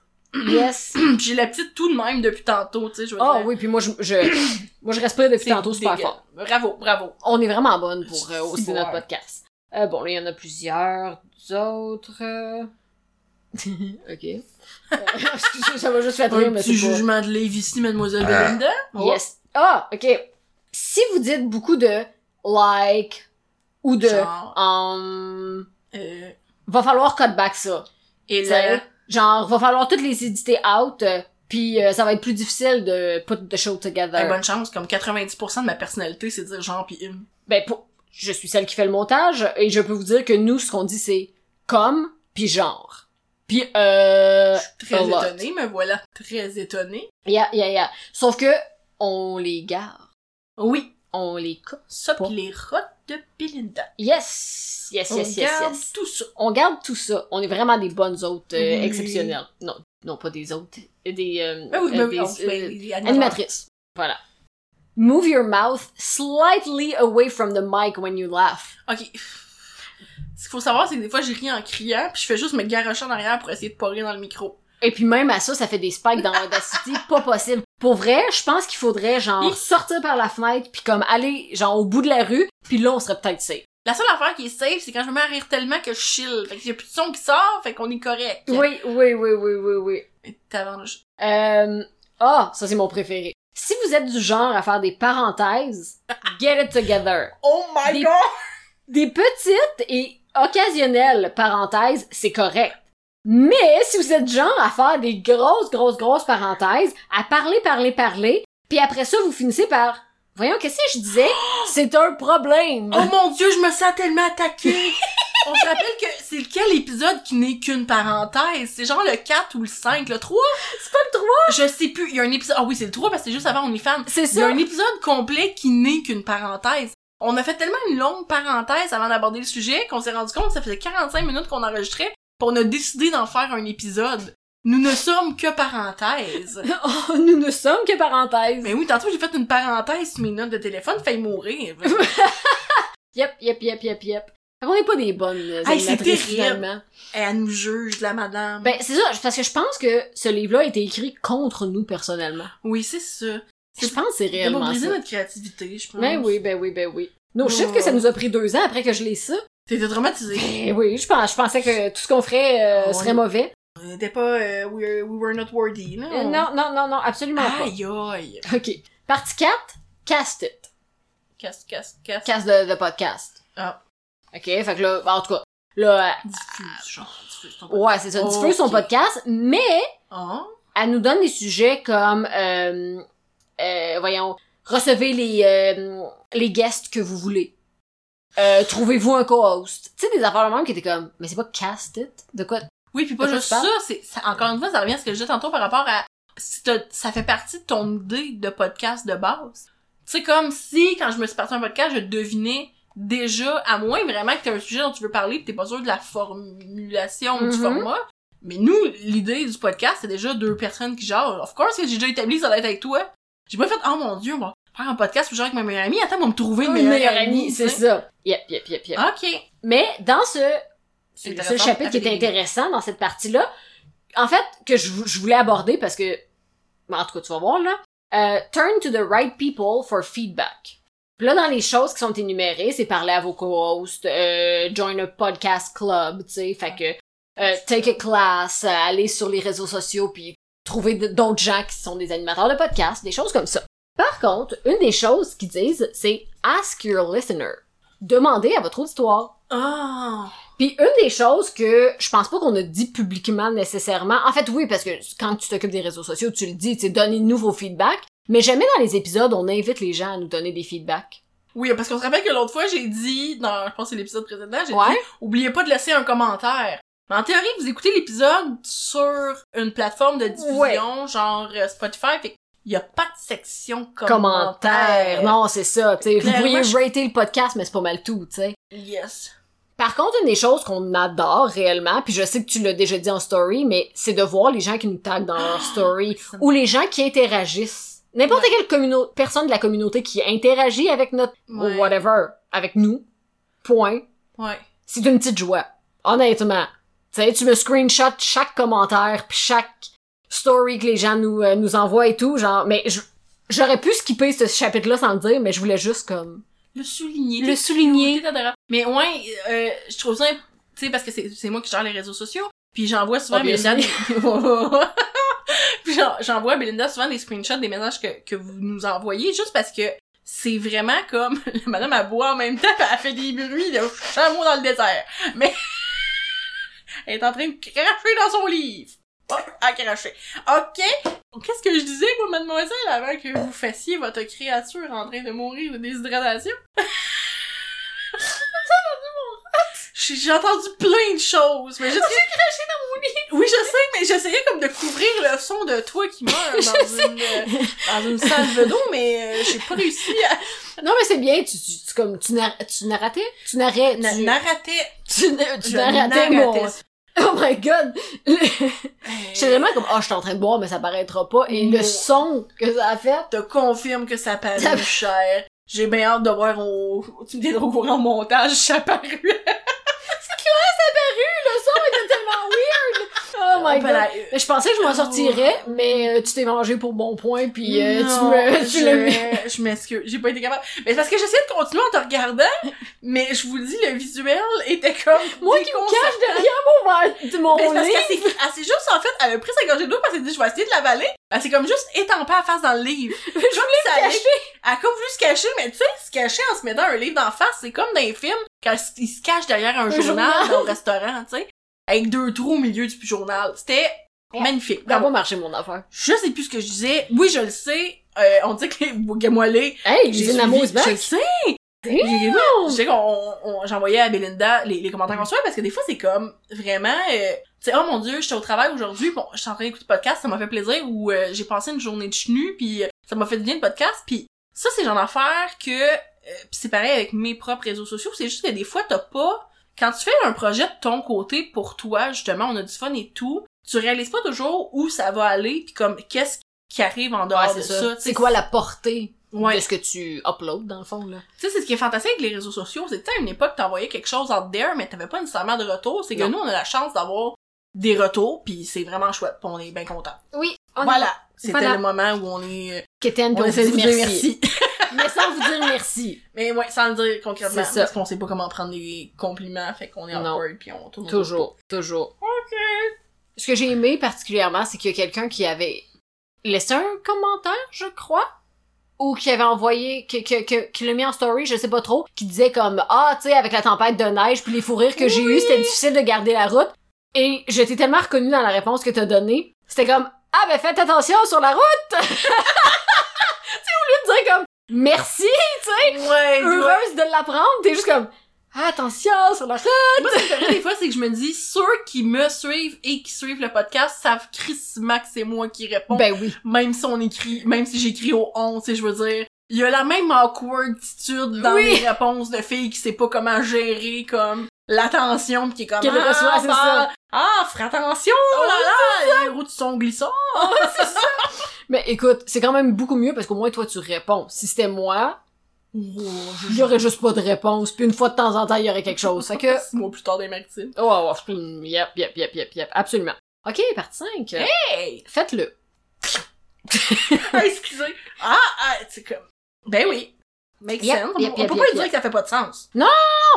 yes. Puis J'ai la petite tout de même depuis tantôt, tu sais, je *clears throat* veux Ah dire. oui, puis moi je, je, *coughs* moi je respire depuis C'est tantôt super dégueu. fort. Bravo, bravo. On est vraiment bonne pour euh, hausser Super. notre podcast. Euh, bon, là, il y en a plusieurs autres. euh. *laughs* ok. Euh, *laughs* ça m'a juste fait rire, Un mais petit c'est pas... jugement de Lévici, Mademoiselle Belinda. Yes. Ah, ok. Si vous dites beaucoup de like ou de Genre, hum, euh, va falloir code back ça. et Tu là, sais, Genre va falloir toutes les éditer out, euh, puis euh, ça va être plus difficile de put the show together. hey, bonne chance, comme 90% de ma personnalité, c'est dire genre pis hum. Ben pour- je suis celle qui fait le montage et je peux vous dire que nous ce qu'on dit c'est comme puis genre. Puis euh Je suis a très lot. étonnée, me voilà très étonnée. ya ya ya. Sauf que on les garde, Oui, on les coupe. ça Pas. pis les rottes de Belinda. Yes, yes, On yes, yes, garde yes. tout ça. on garde tout ça. On est vraiment des bonnes hôtes euh, Oui. exceptionnelles. Non, non pas des hôtes, des, euh, Ben oui, euh, ben des, oui, on- euh, ben, les animateurs. animatrices. Voilà. Move your mouth slightly away from the mic when you laugh. Ok. Ce qu'il faut savoir, c'est que des fois, je ris en criant, puis je fais juste me garrocher en arrière pour essayer de pas rire dans le micro. Et puis même à ça, ça fait des spikes dans *laughs* Audacity, pas possible. Pour vrai, je pense qu'il faudrait genre Oui. sortir par la fenêtre puis comme aller genre au bout de la rue, puis là on serait peut-être safe. La seule affaire qui est safe, c'est quand je me mets à rire tellement que je chill. Fait que j'ai plus de son qui sort, fait qu'on est correct. Oui, oui, oui, oui, oui, oui. Mais t'avances. Euh, Ah, ça c'est mon préféré. Si vous êtes du genre à faire des parenthèses, get it together. Oh my Des- God! Des petites et occasionnelles parenthèses, c'est correct. Mais si vous êtes du genre à faire des grosses, grosses, grosses parenthèses, à parler, parler, parler, puis après ça, vous finissez par « Voyons, qu'est-ce que je disais? *gasps* C'est un problème! *laughs* Oh mon dieu, je me sens tellement attaquée! On se rappelle que c'est lequel épisode qui n'est qu'une parenthèse? C'est genre le 4 ou le 5, le 3? » *laughs* C'est pas le droit! Je sais plus. Il y a un épisode. Ah oui, c'est le 3 parce que c'est juste avant OnlyFans. C'est Il y ça! a un épisode complet qui n'est qu'une parenthèse. On a fait tellement une longue parenthèse avant d'aborder le sujet qu'on s'est rendu compte que ça faisait 45 minutes qu'on enregistrait, pis on a décidé d'en faire un épisode. Nous ne sommes que *laughs* parenthèses. Oh, nous ne sommes que parenthèses! Mais oui, tantôt j'ai fait une parenthèse sur mes notes de téléphone, *laughs* failli mourir. Yep, yep, yep, yep, yep. Fait qu'on n'est pas des bonnes euh, Hey, c'est animatrices, terrible. finalement. Elle nous juge, la madame. Ben, c'est ça, parce que je pense que ce livre-là a été écrit contre nous personnellement. oui, c'est ça. Je pense que c'est D'abord, réellement briser ça. notre créativité, je pense. Ben oui, ben oui, ben oui. No shit Oh. que ça nous a pris deux ans après que je l'ai ça. T'étais traumatisée. Ben oui, je, pense, je pensais que tout ce qu'on ferait euh, Oh, serait oui. mauvais. On n'était pas... euh, we, are- we were not worthy, là. Euh, non, non, non, non, absolument Aïe, aïe. pas. OK. Partie 4, cast it. Casse, casse, casse. Cast le, le podcast. Ah. OK, fait que là, ben, en tout cas, là, Diffuse, genre. Diffuse ton euh, ouais, c'est ça, diffuse son Ok. podcast, mais Ah, elle nous donne des sujets comme, euh, euh, voyons, recevez les, euh, les guests que vous voulez. Euh, Trouvez-vous un co-host. Tu sais, des affaires de même qui étaient comme, mais c'est pas cast it? De quoi? Oui, puis pas De quoi juste tu ça, c'est ça- encore une fois, ça revient à ce que je disais tantôt par rapport à si t'as- ça fait partie de ton idée de podcast de base. Tu sais, comme si quand je me suis partie un podcast, je devinais déjà, à moins vraiment que t'aies un sujet dont tu veux parler, pis t'es pas sûr de la formulation ou du Mhm. format. Mais nous, l'idée du podcast, c'est déjà deux personnes qui genre, of course que j'ai déjà établi ça d'être avec toi. J'ai pas fait, oh mon dieu, on va faire un podcast où genre avec ma meilleure amie, attends, on va me trouver une, meilleure, amie, c'est tu sais. Ah. ça. Yep, yep, yep, yep. Ok. Mais dans ce, C'est le seul intéressant. chapitre qui est Avec des- intéressant dans cette partie-là, en fait, que je, vou- je voulais aborder parce que, ben, en tout cas, tu vas voir, là, euh, turn to the right people for feedback. Puis Là, dans les choses qui sont énumérées, c'est parler à vos co-hosts, euh, join a podcast club, tu sais, fait que euh, take a class, euh, aller sur les réseaux sociaux, puis trouver d- d'autres gens qui sont des animateurs de podcast, des choses comme ça. Par contre, une des choses qu'ils disent, c'est ask your listener. Demandez à votre auditoire. Ah. Puis une des choses que je pense pas qu'on a dit publiquement nécessairement, en fait oui, parce que quand tu t'occupes des réseaux sociaux, tu le dis, tu sais, donnez-nous vos feedbacks, mais jamais dans les épisodes, on invite les gens à nous donner des feedbacks. Oui, parce qu'on se rappelle que l'autre fois, j'ai dit, dans, je pense que c'est l'épisode précédent, j'ai Ouais. dit, oubliez pas de laisser un commentaire. Mais en théorie, vous écoutez l'épisode sur une plateforme de diffusion, genre euh, Spotify, fait qu'il y a pas de section commentaires. Commentaires. Non, c'est ça, tu sais, vous Clairement, pourriez je- rater le podcast, mais c'est pas mal tout, tu sais. Yes. Par contre, une des choses qu'on adore réellement, puis je sais que tu l'as déjà dit en story, mais c'est de voir les gens qui nous taguent dans leur story Ça me- ou les gens qui interagissent. N'importe Ouais. quelle communo- personne de la communauté qui interagit avec notre Ouais. ou whatever, avec nous, point, Ouais. c'est une petite joie. Honnêtement. Tu sais, tu me screenshot chaque commentaire, puis chaque story que les gens nous, euh, nous envoient et tout, genre, mais je- j'aurais pu skipper ce chapitre-là sans le dire, mais je voulais juste comme... Le souligner. Le souligner. T'es adorable. Mais ouais, euh, je trouve ça, imp- tu sais, parce que c'est c'est moi qui gère les réseaux sociaux, puis j'envoie souvent à Obviously. Belinda des... *laughs* Puis j'en- j'envoie à Belinda souvent des screenshots des messages que, que vous nous envoyez, juste parce que c'est vraiment comme... *laughs* la Madame, elle boit en même temps, puis elle fait des bruits de chameau dans le désert. Mais... *laughs* elle est en train de cracher dans son livre. Oh, elle a craché. OK. Qu'est-ce que je disais, moi, mademoiselle, avant que vous fassiez votre créature en train de mourir de déshydratation? J'ai j'ai entendu plein de choses, mais j'ai craché dans mon lit. Oui, je sais, mais j'essayais comme de couvrir le son de toi *laughs* qui meurs dans une euh, dans une salve d'eau, mais euh, j'ai pas réussi à Non, mais c'est bien, tu, tu, tu comme, tu narrais, tu narratais? Tu narrais, Na- tu, narrater. tu, na- tu Je narratais mon... narratais. Oh my god! Le- Hey, J'étais vraiment comme, oh, je suis en train de boire, mais ça paraîtra pas. Et Non. le son que ça a fait, te confirme que ça paraît Ça- cher. J'ai bien hâte de voir au tu me tiendras au courant au montage, ça paru. le son était Oh. tellement weird! Oh my god! *laughs* Mais Je pensais que je m'en sortirais, mais euh, tu t'es mangé pour bon point, puis euh, tu Non, me, tu l'as mis. je, je m'excuse, j'ai pas été capable. Mais c'est parce que j'essayais de continuer en te regardant, mais je vous le dis, le visuel était comme. *laughs* Moi qui me déconcertant. cache derrière mon verre, de mon Mais c'est parce lit. qu'elle s'est- elle s'est juste, en fait, elle a pris sa gorgée d'eau parce qu'elle s'est dit, je vais essayer de l'avaler. Elle s'est comme juste étampée la face dans le livre. *laughs* Je voulais me cacher. Elle a comme voulu se cacher, mais tu sais, se cacher en se mettant un livre d'en face, c'est comme dans les films, quand ils se cachent derrière un, Un journal, journal. dans un restaurant, tu sais, avec deux trous au milieu du journal. C'était magnifique. Ça va Bravo. pas marcher mon affaire. Je sais plus ce que je disais. Oui, je le sais. Euh, on dit que les Bougamoilés, Hey, j'ai j'ai suivi- Dynamo is Je le back. sais! J'ai vu, je sais qu'on, on- j'envoyais à Belinda les, les commentaires qu'on se fait parce que des fois c'est comme vraiment, euh, tu sais, oh mon dieu, j'étais au travail aujourd'hui, bon, je suis en train d'écouter le podcast, ça m'a fait plaisir, ou euh, j'ai passé une journée de chenu, puis euh, ça m'a fait du bien le podcast, puis ça c'est le genre d'affaire que, euh, puis c'est pareil avec mes propres réseaux sociaux, c'est juste que des fois t'as pas, quand tu fais un projet de ton côté pour toi, justement, on a du fun et tout, tu réalises pas toujours où ça va aller, puis comme qu'est-ce qui arrive en dehors Ouais, de c'est ça. ça. tu sais. C'est quoi la portée Ouais. de ce que tu uploads, dans le fond, là? Tu sais, c'est ce qui est fantastique avec les réseaux sociaux, c'est que tu sais, à une époque, t'envoyais quelque chose out there, mais t'avais pas nécessairement de retour. C'est que Non. nous, on a la chance d'avoir des retours, puis c'est vraiment chouette, puis on est bien content. Oui. Voilà! C'était Voilà. le moment où on est... euh, Kéten, on puis on essaie de vous vous dit dire merci. merci. *laughs* Mais sans vous dire merci. *laughs* Mais ouais, sans le dire concrètement, C'est ça. parce qu'on sait pas comment prendre des compliments, fait qu'on est Non. awkward, puis on tourne autour. Toujours, toujours. Ce que j'ai aimé particulièrement, c'est qu'il y a quelqu'un qui avait laissé un commentaire, je crois, ou qui avait envoyé, que, que, que- qui l'a mis en story, je sais pas trop, qui disait comme Ah, tu sais, avec la tempête de neige, puis les fous rires que j'ai Oui. eu, c'était difficile de garder la route. Et je t'ai tellement reconnue dans la réponse que t'as donnée. C'était comme Ah, ben faites attention sur la route! *laughs* tu sais, au lieu de dire comme Merci, Ouais, ouais. heureuse de l'apprendre, t'es juste comme Ah, attention sur la route! Moi, ce qui me fait rire des fois, c'est que je me dis, ceux qui me suivent et qui suivent le podcast savent crissement que c'est moi qui réponds. Ben oui. même si on écrit, même si j'écris au 11, tu sais, je veux dire, il y a la même awkwarditude dans Oui. les réponses de filles qui sait pas comment gérer, comme, l'attention pis qui est comme, Qu'elle reçoit, c'est bah, ça. Ah, fais attention, Oh, là là, les routes sont glissantes. Mais écoute, c'est quand même beaucoup mieux parce qu'au moins toi tu réponds. Si c'était moi, Oh, il y aurait juste pas de réponse, puis une fois de temps en temps, il y aurait quelque chose. Fait que Six mois plus tard des Martines. *laughs* oh, oh, oh, yep, yep, yep, yep, yep, absolument. OK, partie 5. *laughs* Hey! Faites-le. Ah, excusez. Ah, ah, c'est comme, ben oui. Make Yep, sense. yep, on yep, peut yep, pas yep. dire que ça fait pas de sens. Non,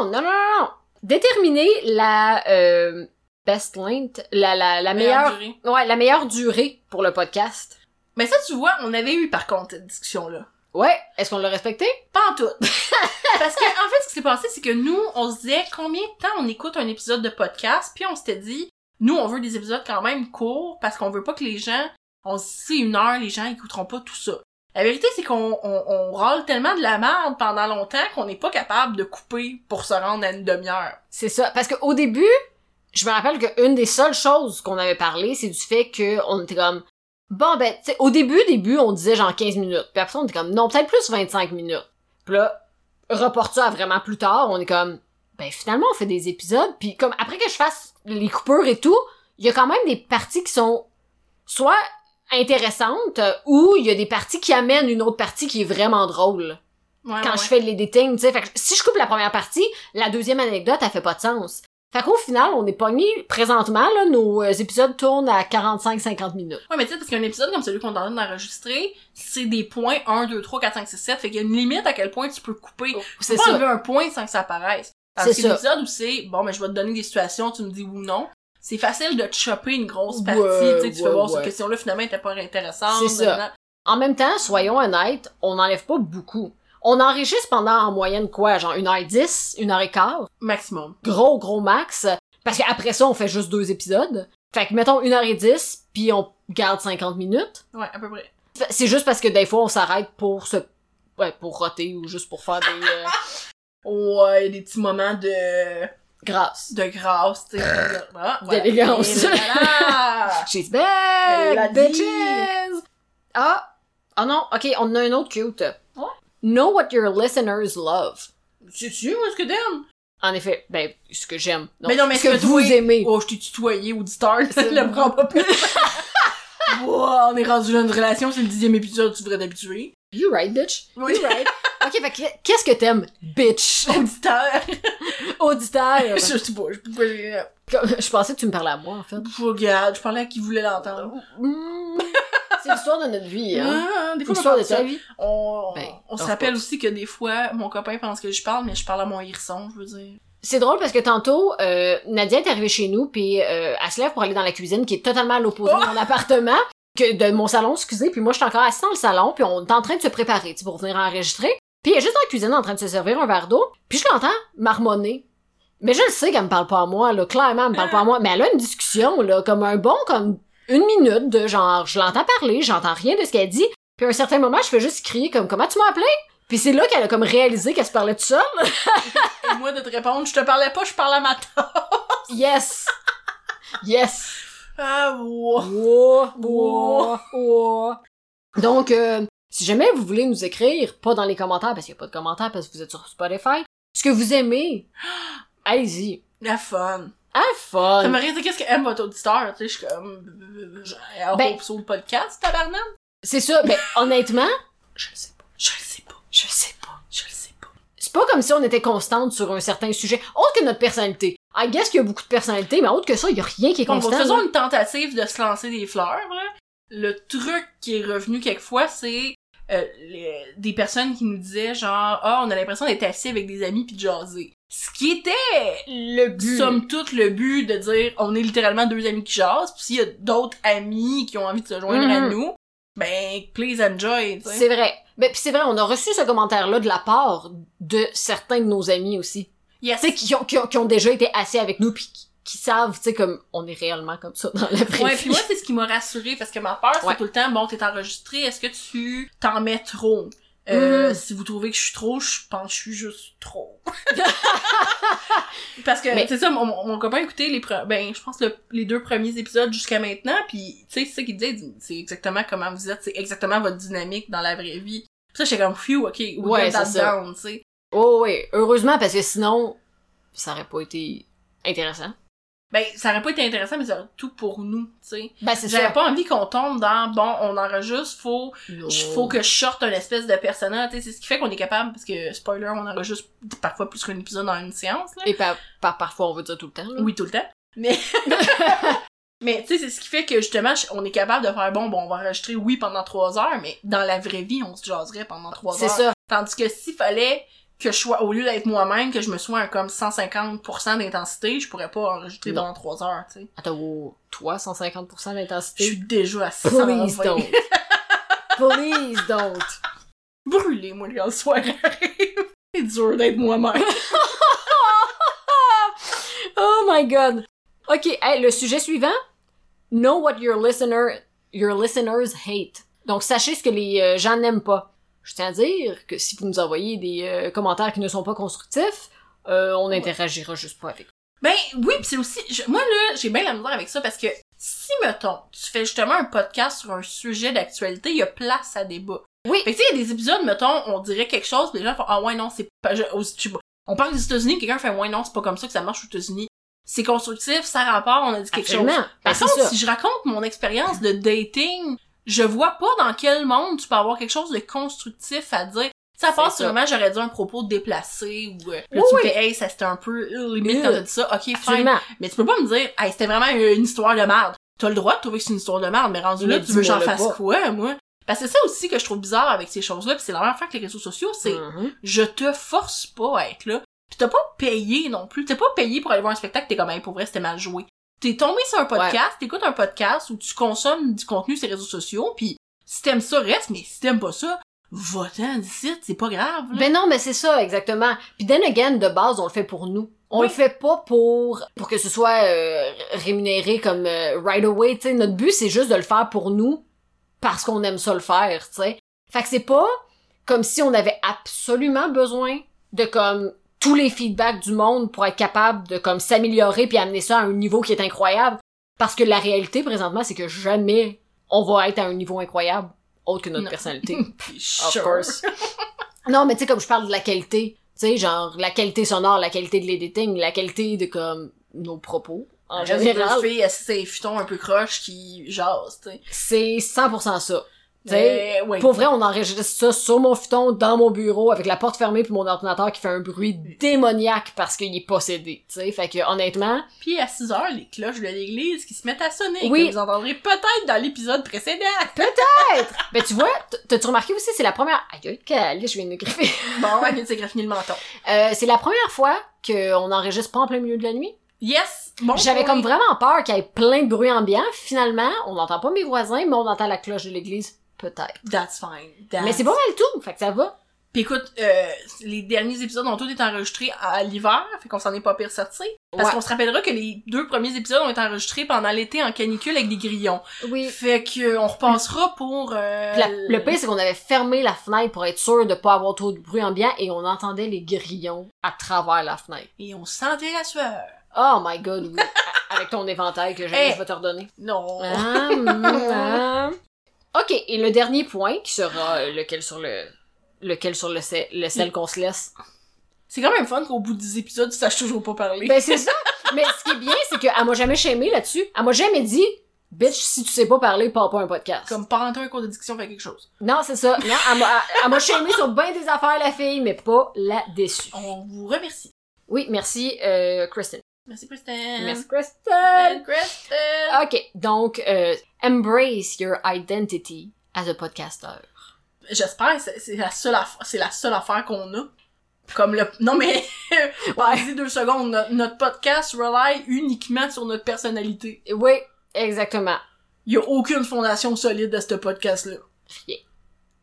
non, non, non. non. Déterminez la euh, best length, la la la meilleure durée. ouais, la meilleure durée pour le podcast. Mais ça, tu vois, on avait eu, par contre, cette discussion-là. Ouais, est-ce qu'on l'a respecté Pas en tout. *laughs* Parce que, en fait, ce qui s'est passé, c'est que nous, on se disait combien de temps on écoute un épisode de podcast, puis on s'était dit, nous, on veut des épisodes quand même courts, parce qu'on veut pas que les gens, on se dit, c'est une heure, les gens écouteront pas tout ça. La vérité, c'est qu'on on, on râle tellement de la merde pendant longtemps qu'on n'est pas capable de couper pour se rendre à une demi-heure. C'est ça. Parce qu'au début, je me rappelle qu'une des seules choses qu'on avait parlé, c'est du fait qu'on était comme. Bon, ben, tu sais, au début, début, on disait genre 15 minutes. Puis après, on était comme, non, peut-être plus 25 minutes. Puis là, reporte ça à vraiment plus tard. On est comme, ben, finalement, on fait des épisodes. Puis comme, après que je fasse les coupures et tout, il y a quand même des parties qui sont soit intéressantes où il y a des parties qui amènent une autre partie qui est vraiment drôle. Ouais, quand Ah, ouais, je ouais. fais les dating, tu sais. Fait que si je coupe la première partie, la deuxième anecdote, elle fait pas de sens. Fait qu'au final, on est pogné présentement, là, nos euh, épisodes tournent à 45-50 minutes. Ouais, mais tu sais, parce qu'un épisode comme celui qu'on est en train d'enregistrer, c'est des points 1, 2, 3, 4, 5, 6, 7. Fait qu'il y a une limite à quel point tu peux couper. Tu C'est peux pas ça. enlever un point sans que ça apparaisse. Parce C'est que ça. l'épisode où c'est, bon, mais je vais te donner des situations, tu me dis ou non. C'est facile de te choper une grosse Ouais, partie. tu sais, tu fais ouais, voir ouais. cette question-là, finalement, elle était pas intéressante. C'est ça. blablabla. En même temps, soyons honnêtes, on n'enlève pas beaucoup. On enregistre pendant en moyenne quoi, genre 1h10, 1h15, Maximum. gros gros max, parce qu'après ça, on fait juste deux épisodes. Fait que mettons 1h10, puis on garde 50 minutes. Ouais, à peu près. Fait- C'est juste parce que des fois, on s'arrête pour se... Ouais, pour roter ou juste pour faire des euh, *laughs* Ouais, il y a des petits moments de, grâces. de grâce, tu sais. Ah, voilà. Euh, D'élégance. *laughs* Et voilà. She's Elle l'a back! dit. Bitches! Ah! Ah non, ok, on en a un autre cute. Ouais. Know what your listeners love. Sais-tu, moi, ce que t'aimes? En effet, ben, ce que j'aime. Mais non, mais ce que, tu vous vois- aimez. Oh, je t'ai tutoyé, auditeur. *laughs* C'est *laughs* le prends pas plus. *laughs* Wow, on est rendu dans une relation, c'est le dixième épisode, tu devrais t'habituer. You right, bitch. Oui. You right. ok, fait que qu'est-ce que t'aimes, bitch? *laughs* Auditeur. *laughs* Auditeur. je sais pas, euh, je peux pas- Comme- Je pensais que tu me parlais à moi, en fait. Je regarde, je parlais à qui voulait l'entendre. Mm. C'est l'histoire de notre vie, hein. Ah, des fois, on L'histoire parle de de ça. ta vie. On, Ben, on se of rappelle course. aussi que des fois, mon copain pense que je parle, mais je parle à mon hérisson, je veux dire. C'est drôle parce que tantôt, euh, Nadia est arrivée chez nous, puis euh, elle se lève pour aller dans la cuisine, qui est totalement à l'opposé de mon appartement, que de mon salon, excusez, puis moi, je suis encore assise dans le salon, puis on est en train de se préparer, tu sais, pour venir enregistrer. Puis elle est juste dans la cuisine en train de se servir un verre d'eau, puis je l'entends marmonner. Mais je le sais qu'elle me parle pas à moi, là, clairement, elle me parle pas à moi, mais elle a une discussion, là, comme un bon, comme une minute de genre, je l'entends parler, j'entends rien de ce qu'elle dit, puis à un certain moment, je fais juste crier comme, comment tu m'as appelé? Puis c'est là qu'elle a comme réalisé qu'elle se parlait toute seule. Et moi, de te répondre, je te parlais pas, je parlais à ma tante. Yes! Yes! Ah, wow. Ouah, Ouah. ouah, ouah. Donc, euh, si jamais vous voulez nous écrire, pas dans les commentaires, parce qu'il n'y a pas de commentaires, parce que vous êtes sur Spotify, ce que vous aimez, *gasps* allez-y. La fun. Have Ça fun! me reste qu'est-ce que aime votre auditeur, tu sais, je suis comme... Alors, Ben- sur le podcast, tabarnak? C'est ça, *laughs* mais honnêtement, Je le sais pas. Je le sais pas. je sais pas. Je le sais pas. C'est pas comme si on était constante sur un certain sujet, autre que notre personnalité. I guess qu'il y a beaucoup de personnalités, mais autre que ça, il y a rien qui est Donc, constant. faisons là. une tentative de se lancer des fleurs, là. Le truc qui est revenu quelquefois, c'est euh, les- des personnes qui nous disaient genre « Ah, on a l'impression d'être assis avec des amis puis de jaser. » Ce qui était, Le but. somme toute, le but de dire « On est littéralement deux amis qui jasent, puis s'il y a d'autres amis qui ont envie de se joindre à Mhm. nous, ben, please enjoy, tu sais. C'est vrai. Mais puis c'est vrai, on a reçu ce commentaire-là de la part de certains de nos amis aussi. Yes. tu sais, qui ont, qui, ont, qui ont déjà été assis avec nous puis qui, qui savent, tu sais, comme on est réellement comme ça dans la vraie Ouais, vie. puis moi, c'est ce qui m'a rassurée, parce que ma peur, c'est Ouais. tout le temps, bon, t'es enregistré, est-ce que tu t'en mets trop? Euh, Mhm. Si vous trouvez que je suis trop, je pense que je suis juste *laughs* trop. parce que, Mais- tu sais ça, mon, mon copain écoutait les, pre- ben, je pense le- les deux premiers épisodes jusqu'à maintenant, puis tu sais, c'est ça qu'il disait, il dit, c'est exactement comment vous êtes, c'est exactement votre dynamique dans la vraie vie. Puis ça, j'étais comme, phew, ok, we Ouais, got that c'est ça. down, tu sais. *laughs* Oh ouais, heureusement parce que sinon ça aurait pas été intéressant. Ben, ça aurait pas été intéressant, mais ça aurait tout pour nous, tu sais. Ben c'est J'avais ça. pas envie qu'on tombe dans, bon, on enregistre, faut Non. Il faut que je sorte un espèce de personnage, tu sais, c'est ce qui fait qu'on est capable, parce que, spoiler, on enregistre parfois plus qu'un épisode dans une séance, là. Et par, par- parfois on veut dire tout le temps. là. Oui, tout le temps. Mais, *laughs* mais tu sais, c'est ce qui fait que, justement, je- on est capable de faire, bon, bon, on va enregistrer, oui, pendant trois heures, mais dans la vraie vie, on se jaserait pendant trois C'est heures. ça. Tandis que s'il fallait que je sois, au lieu d'être moi-même, que je me sois à comme 150% d'intensité, je pourrais pas enregistrer Non. pendant trois heures, tu sais. Attends, wow, toi 150% Je suis d'intensité. déjà à 120. Please *laughs* don't. Please don't. Brûlé, moi, le soir *laughs* arrive. C'est dur d'être moi-même. Oh my god. OK, hey, le sujet suivant. Know what your listener your listeners hate. Donc sachez ce que les euh, gens n'aiment pas. Je tiens à dire que si vous nous envoyez des euh, commentaires qui ne sont pas constructifs, euh, on Ouais. n'interagira juste pas avec. Ben oui, pis c'est aussi. je- moi là, j'ai bien la misère avec ça parce que si mettons, tu fais justement un podcast sur un sujet d'actualité, il y a place à débat. Oui. Fait que tu sais, il y a des épisodes, mettons, on dirait quelque chose, pis les gens font Ah ouais non, c'est pas. je- aux- tu- on parle des États-Unis, quelqu'un fait Ouais non, c'est pas comme ça que ça marche aux États-Unis. C'est constructif, ça rapporte, on a dit quelque chose. Absolument. Ben, Par c'est contre, ça. si je raconte mon expérience de dating je vois pas dans quel monde tu peux avoir quelque chose de constructif à dire. Ça passe ça. sûrement, j'aurais dit un propos déplacé ou euh, là, Oui, tu me oui. fais hey ça c'était un peu euh, limite Euh, quand t'as dit ça, ok fine. Absolument. Mais tu peux pas me dire hey c'était vraiment une histoire de merde. T'as le droit de trouver que c'est une histoire de merde, mais rendu Mais là tu veux que j'en dis-moi-le fasse pas. quoi moi Parce que c'est ça aussi que je trouve bizarre avec ces choses-là, puis c'est la même affaire que les réseaux sociaux, c'est Mhm. je te force pas à être là. Pis t'as pas payé non plus. T'es pas payé pour aller voir un spectacle, t'es comme, hey, pour vrai, c'était mal joué. T'es tombé sur un podcast, t'écoutes un podcast où tu consommes du contenu sur les réseaux sociaux, puis si t'aimes ça, reste, mais si t'aimes pas ça, va-t'en d'ici, c'est pas grave. là. Ben non, mais c'est ça, exactement. Puis then again, de base, on le fait pour nous. On Oui. le fait pas pour pour que ce soit euh, rémunéré comme euh, right away, tu sais. Notre but, c'est juste de le faire pour nous parce qu'on aime ça le faire, tu sais. Fait que c'est pas comme si on avait absolument besoin de comme tous les feedbacks du monde pour être capable de comme s'améliorer puis amener ça à un niveau qui est incroyable. Parce que la réalité présentement, c'est que jamais on va être à un niveau incroyable autre que notre Non. *laughs* personnalité. Pis Of sure. course. *laughs* non, mais tu sais, comme je parle de la qualité, tu sais, genre la qualité sonore, la qualité de l'editing, la qualité de comme nos propos en J'avais général, deux filles assises à des futons un peu croches qui jasent, tu sais. c'est 100% ça. Tu sais, Mais, ouais. Pour vrai, on enregistre ça sur mon futon, dans mon bureau, avec la porte fermée puis mon ordinateur qui fait un bruit démoniaque parce qu'il est possédé, tu sais. Fait que, honnêtement, Puis à 6 heures, les cloches de l'église qui se mettent à sonner, Oui. que vous entendrez peut-être dans l'épisode précédent. ben tu vois, t- t'as-tu remarqué aussi, c'est la première... Aïe, aïe, calé, je viens de me griffer. *laughs* bon, elle vient de se graffiner le menton. Euh, c'est la première fois qu'on enregistre pas en plein milieu de la nuit. Yes! Bon, J'avais pour comme les- vraiment peur qu'il y ait plein de bruit ambiant. Finalement, on n'entend pas mes voisins, mais on entend la cloche de l'église, peut-être. That's fine. That's- Mais c'est pas mal tout, fait que ça va. Puis écoute, euh, les derniers épisodes ont tous été enregistrés à, à l'hiver, fait qu'on s'en est pas pire sorti. Parce Ouais. qu'on se rappellera que les deux premiers épisodes ont été enregistrés pendant l'été en canicule avec des grillons. Oui. Fait que euh, on repassera pour euh, le pire, c'est qu'on avait fermé la fenêtre pour être sûr de pas avoir trop de bruit ambiant et on entendait les grillons à travers la fenêtre. et on sentait la sueur. Oh my god, *laughs* oui. A- Avec ton éventail que jamais Hey. je vais te redonner. Non. Ah, mm, ah. Ok, et le dernier point qui sera euh, lequel sur le lequel sur le, sel- le sel qu'on se laisse. C'est quand même fun qu'au bout de 10 épisodes, tu saches toujours pas parler. Ben c'est ça. Mais ce qui est bien, c'est qu'elle m'a jamais shamé là-dessus. Elle m'a jamais dit Bitch, si tu sais pas parler, pars pas un podcast. Comme parentin un cours de diction fait quelque chose. Non, c'est ça. Non, elle m'a- elle- elle m'a shamé sur bien des affaires, la fille, mais pas là-dessus. On vous remercie. Oui, merci, euh, Kristen. Merci Kristen. Merci, Kristen. Kristen. Kristen. Ok, donc, euh, embrace your identity as a podcaster. J'espère, c'est c'est la seule affaire, c'est la seule affaire qu'on a. Comme le, *laughs* non mais, pensez deux secondes, no- notre podcast rely uniquement sur notre personnalité. Oui, exactement. Il y a aucune fondation solide à ce podcast-là. Rien.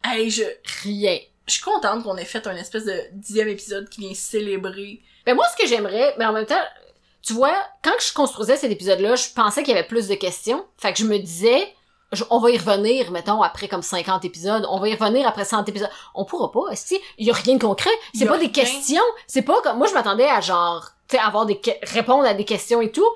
Hey, je, Rien. je suis contente qu'on ait fait un espèce de dixième épisode qui vient célébrer. Ben moi, ce que j'aimerais, mais en même temps, tu vois, quand je construisais cet épisode-là, je pensais qu'il y avait plus de questions. Fait que je me disais, je- on va y revenir, mettons, après comme 50 épisodes. On va y revenir après 100 épisodes. On pourra pas, si il y a rien de concret. Y C'est a pas des rien. questions. C'est pas comme, moi, je m'attendais à genre, tu sais, avoir des, que- répondre à des questions et tout.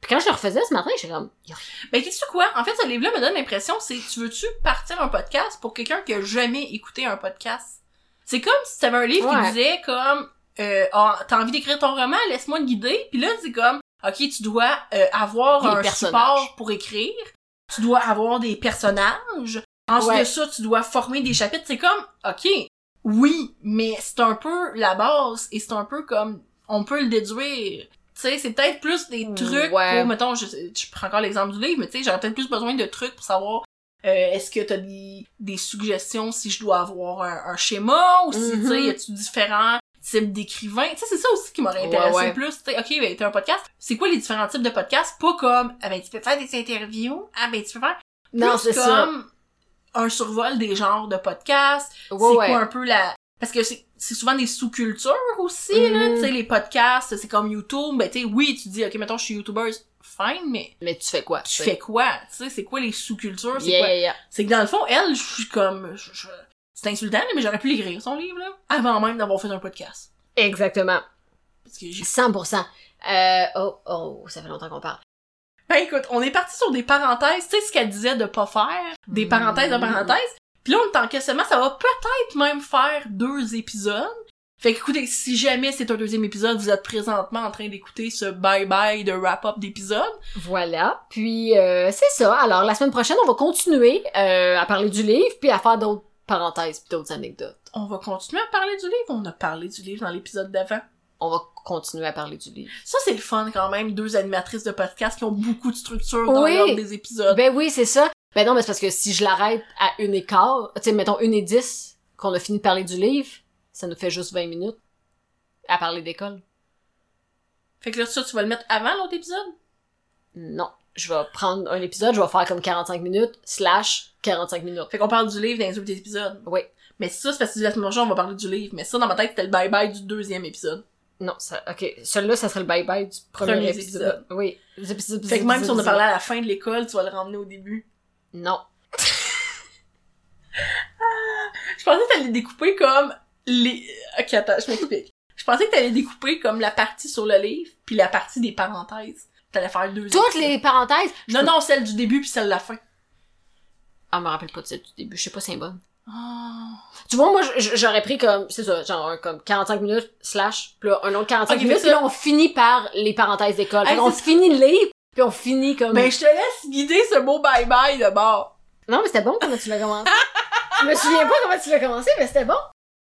Puis quand je le refaisais ce matin, j'étais comme, y a rien. Ben, qu'est-ce que quoi? En fait, ce livre-là me donne l'impression, c'est, tu veux-tu partir un podcast pour quelqu'un qui a jamais écouté un podcast? C'est comme si t'avais un livre Ouais. qui disait, comme, euh, Ah, t'as envie d'écrire ton roman, laisse-moi te guider. Puis là, c'est comme, ok, tu dois euh, avoir Des un personnages. support pour écrire. Tu dois avoir des personnages. Ensuite Ouais. de ça, tu dois former des chapitres. C'est comme, ok, oui, mais c'est un peu la base et c'est un peu comme, on peut le déduire. Tu sais, c'est peut-être plus des trucs Mm, Ouais. pour, mettons, je, je prends encore l'exemple du livre, mais tu sais, j'aurais peut-être plus besoin de trucs pour savoir euh, est-ce que t'as des, des suggestions si je dois avoir un, un schéma ou si, tu sais, Mhm. y a-tu différents types d'écrivains? Tu sais, c'est ça aussi qui m'aurait intéressé Ouais, ouais. plus. Tu sais, ok, ben, t'as un podcast. C'est quoi les différents types de podcasts? Pas comme, ah ben, tu peux faire des interviews. Ah ben, tu peux faire... Non, plus c'est ça. comme un survol des genres de podcasts Ouais, c'est ouais. quoi un peu la parce que c'est c'est souvent des sous-cultures aussi là Mhm. tu sais les podcasts c'est comme YouTube ben tu sais oui tu dis ok mettons je suis youtubeuse fine mais Mais tu fais quoi? tu sais? fais quoi tu sais c'est quoi les sous-cultures c'est Yeah, quoi yeah, yeah. c'est que dans le fond elle je suis comme je- je- c'est insultant là, mais j'aurais pu l'écrire son livre là avant même d'avoir fait un podcast Exactement. parce que j'ai 100%. Euh, oh, oh, ça fait longtemps qu'on parle. *laughs* ben écoute on est parti sur des parenthèses tu sais ce qu'elle disait de pas faire des Mhm. parenthèses de parenthèses puis là on est en questionnement ça va peut-être même faire deux épisodes Fait que, écoutez, si jamais c'est un deuxième épisode, vous êtes présentement en train d'écouter ce bye-bye de wrap-up d'épisode. Voilà. Puis euh, c'est ça. Alors la semaine prochaine, on va continuer euh, à parler du livre, puis à faire d'autres parenthèses, puis d'autres anecdotes. On va continuer à parler du livre. On a parlé du livre dans l'épisode d'avant. On va continuer à parler du livre. Ça, c'est le fun quand même. Deux animatrices de podcast qui ont beaucoup de structure dans Oui. l'ordre des épisodes. Ben oui, c'est ça. Ben non, mais c'est parce que si je l'arrête à une et quart, tu sais, mettons une et dix, qu'on a fini de parler du livre, ça nous fait juste 20 minutes à parler d'école. Fait que là, ça, tu vas le mettre avant l'autre épisode? Non. Je vais prendre un épisode, je vais faire comme 45 minutes, slash 45 minutes. Fait qu'on parle du livre dans les autres épisodes. Oui. Mais ça, c'est parce que la semaine prochaine, on va parler du livre. Mais ça, dans ma tête, c'était le bye-bye du deuxième épisode. Non, ça, ok. Celui-là, ça serait le bye-bye du premier, Premier épisode. épisode. Oui. Zip, zip, Fait que zip, même zip, si on a zip. parlé à la fin de l'école, tu vas le ramener au début. Non. Je pensais que t'allais découper comme les... Ok, attends, je m'explique. Je pensais que t'allais découper comme la partie sur le livre, puis la partie des parenthèses. T'allais faire deux Toutes épisodes. les parenthèses. Non, non, celle du début puis celle de la fin. Ah, je me rappelle pas de celle du début. Je sais pas si c'est bon. Ah. Tu vois, moi, j- j- j'aurais pris comme, c'est ça, genre, un- comme 45 minutes, slash, puis là, un autre 45 Ok, minutes, mais puis là, on finit par les parenthèses d'école. Hey, Fait on c'est- finit le livre, puis on finit comme... Ben, je te laisse guider ce beau bye-bye de bord. *laughs* Non, mais c'était bon comment tu l'as *laughs* commencé. je me souviens pas comment tu l'as commencé, mais c'était bon.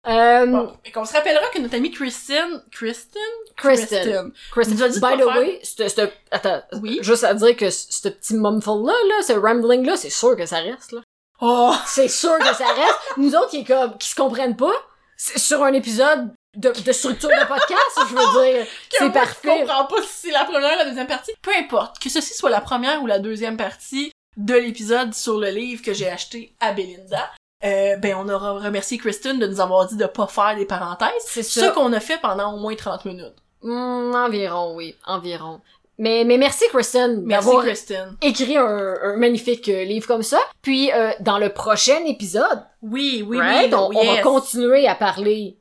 Euh, Bon, et qu'on se rappellera que notre amie Christine... Christine? Kristen. Kristen. Nous a dit de By pas the faire- way, ce, ce- attends, Oui? juste à dire que ce ce petit mumful-là, là, ce rambling-là, c'est sûr que ça reste, là. Oh! C'est sûr que ça reste. Nous autres, qui, est comme, qui se comprennent pas, c'est sur un épisode de, de structure de podcast, je veux *laughs* dire, Que c'est moi, Je parfait. comprends pas si c'est la première ou la deuxième partie. Peu importe, que ceci soit la première ou la deuxième partie de l'épisode sur le livre que j'ai acheté à Belinda, euh, ben on aura remercié Kristen de nous avoir dit de pas faire des parenthèses. C'est Ce ça. qu'on a fait pendant au moins 30 minutes. Hmm, environ, oui, environ. Mais, mais merci, Kristen, Merci d'avoir Kristen. écrit un, un magnifique euh, livre comme ça. Puis, euh, dans le prochain épisode, Oui, oui, right, oui. on, oui, on va yes. continuer à parler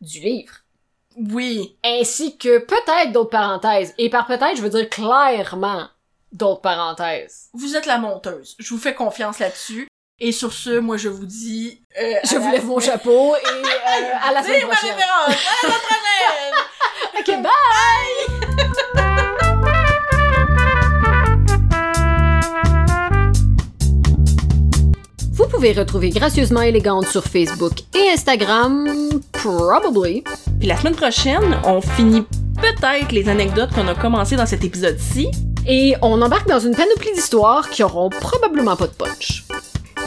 du livre. Oui. Ainsi que peut-être d'autres parenthèses. Et par peut-être, je veux dire clairement d'autres parenthèses. Vous êtes la monteuse. Je vous fais confiance là-dessus. Et sur ce, moi je vous dis... euh, Je à vous la- lève mon chapeau et euh, *laughs* à la Dire semaine ma prochaine. révérence. À la prochaine. Ok, bye! Vous pouvez retrouver Gracieusement Élégante sur Facebook et Instagram, probably. Puis la semaine prochaine, on finit peut-être les anecdotes qu'on a commencées dans cet épisode-ci. Et on embarque dans une panoplie d'histoires qui auront probablement pas de punch.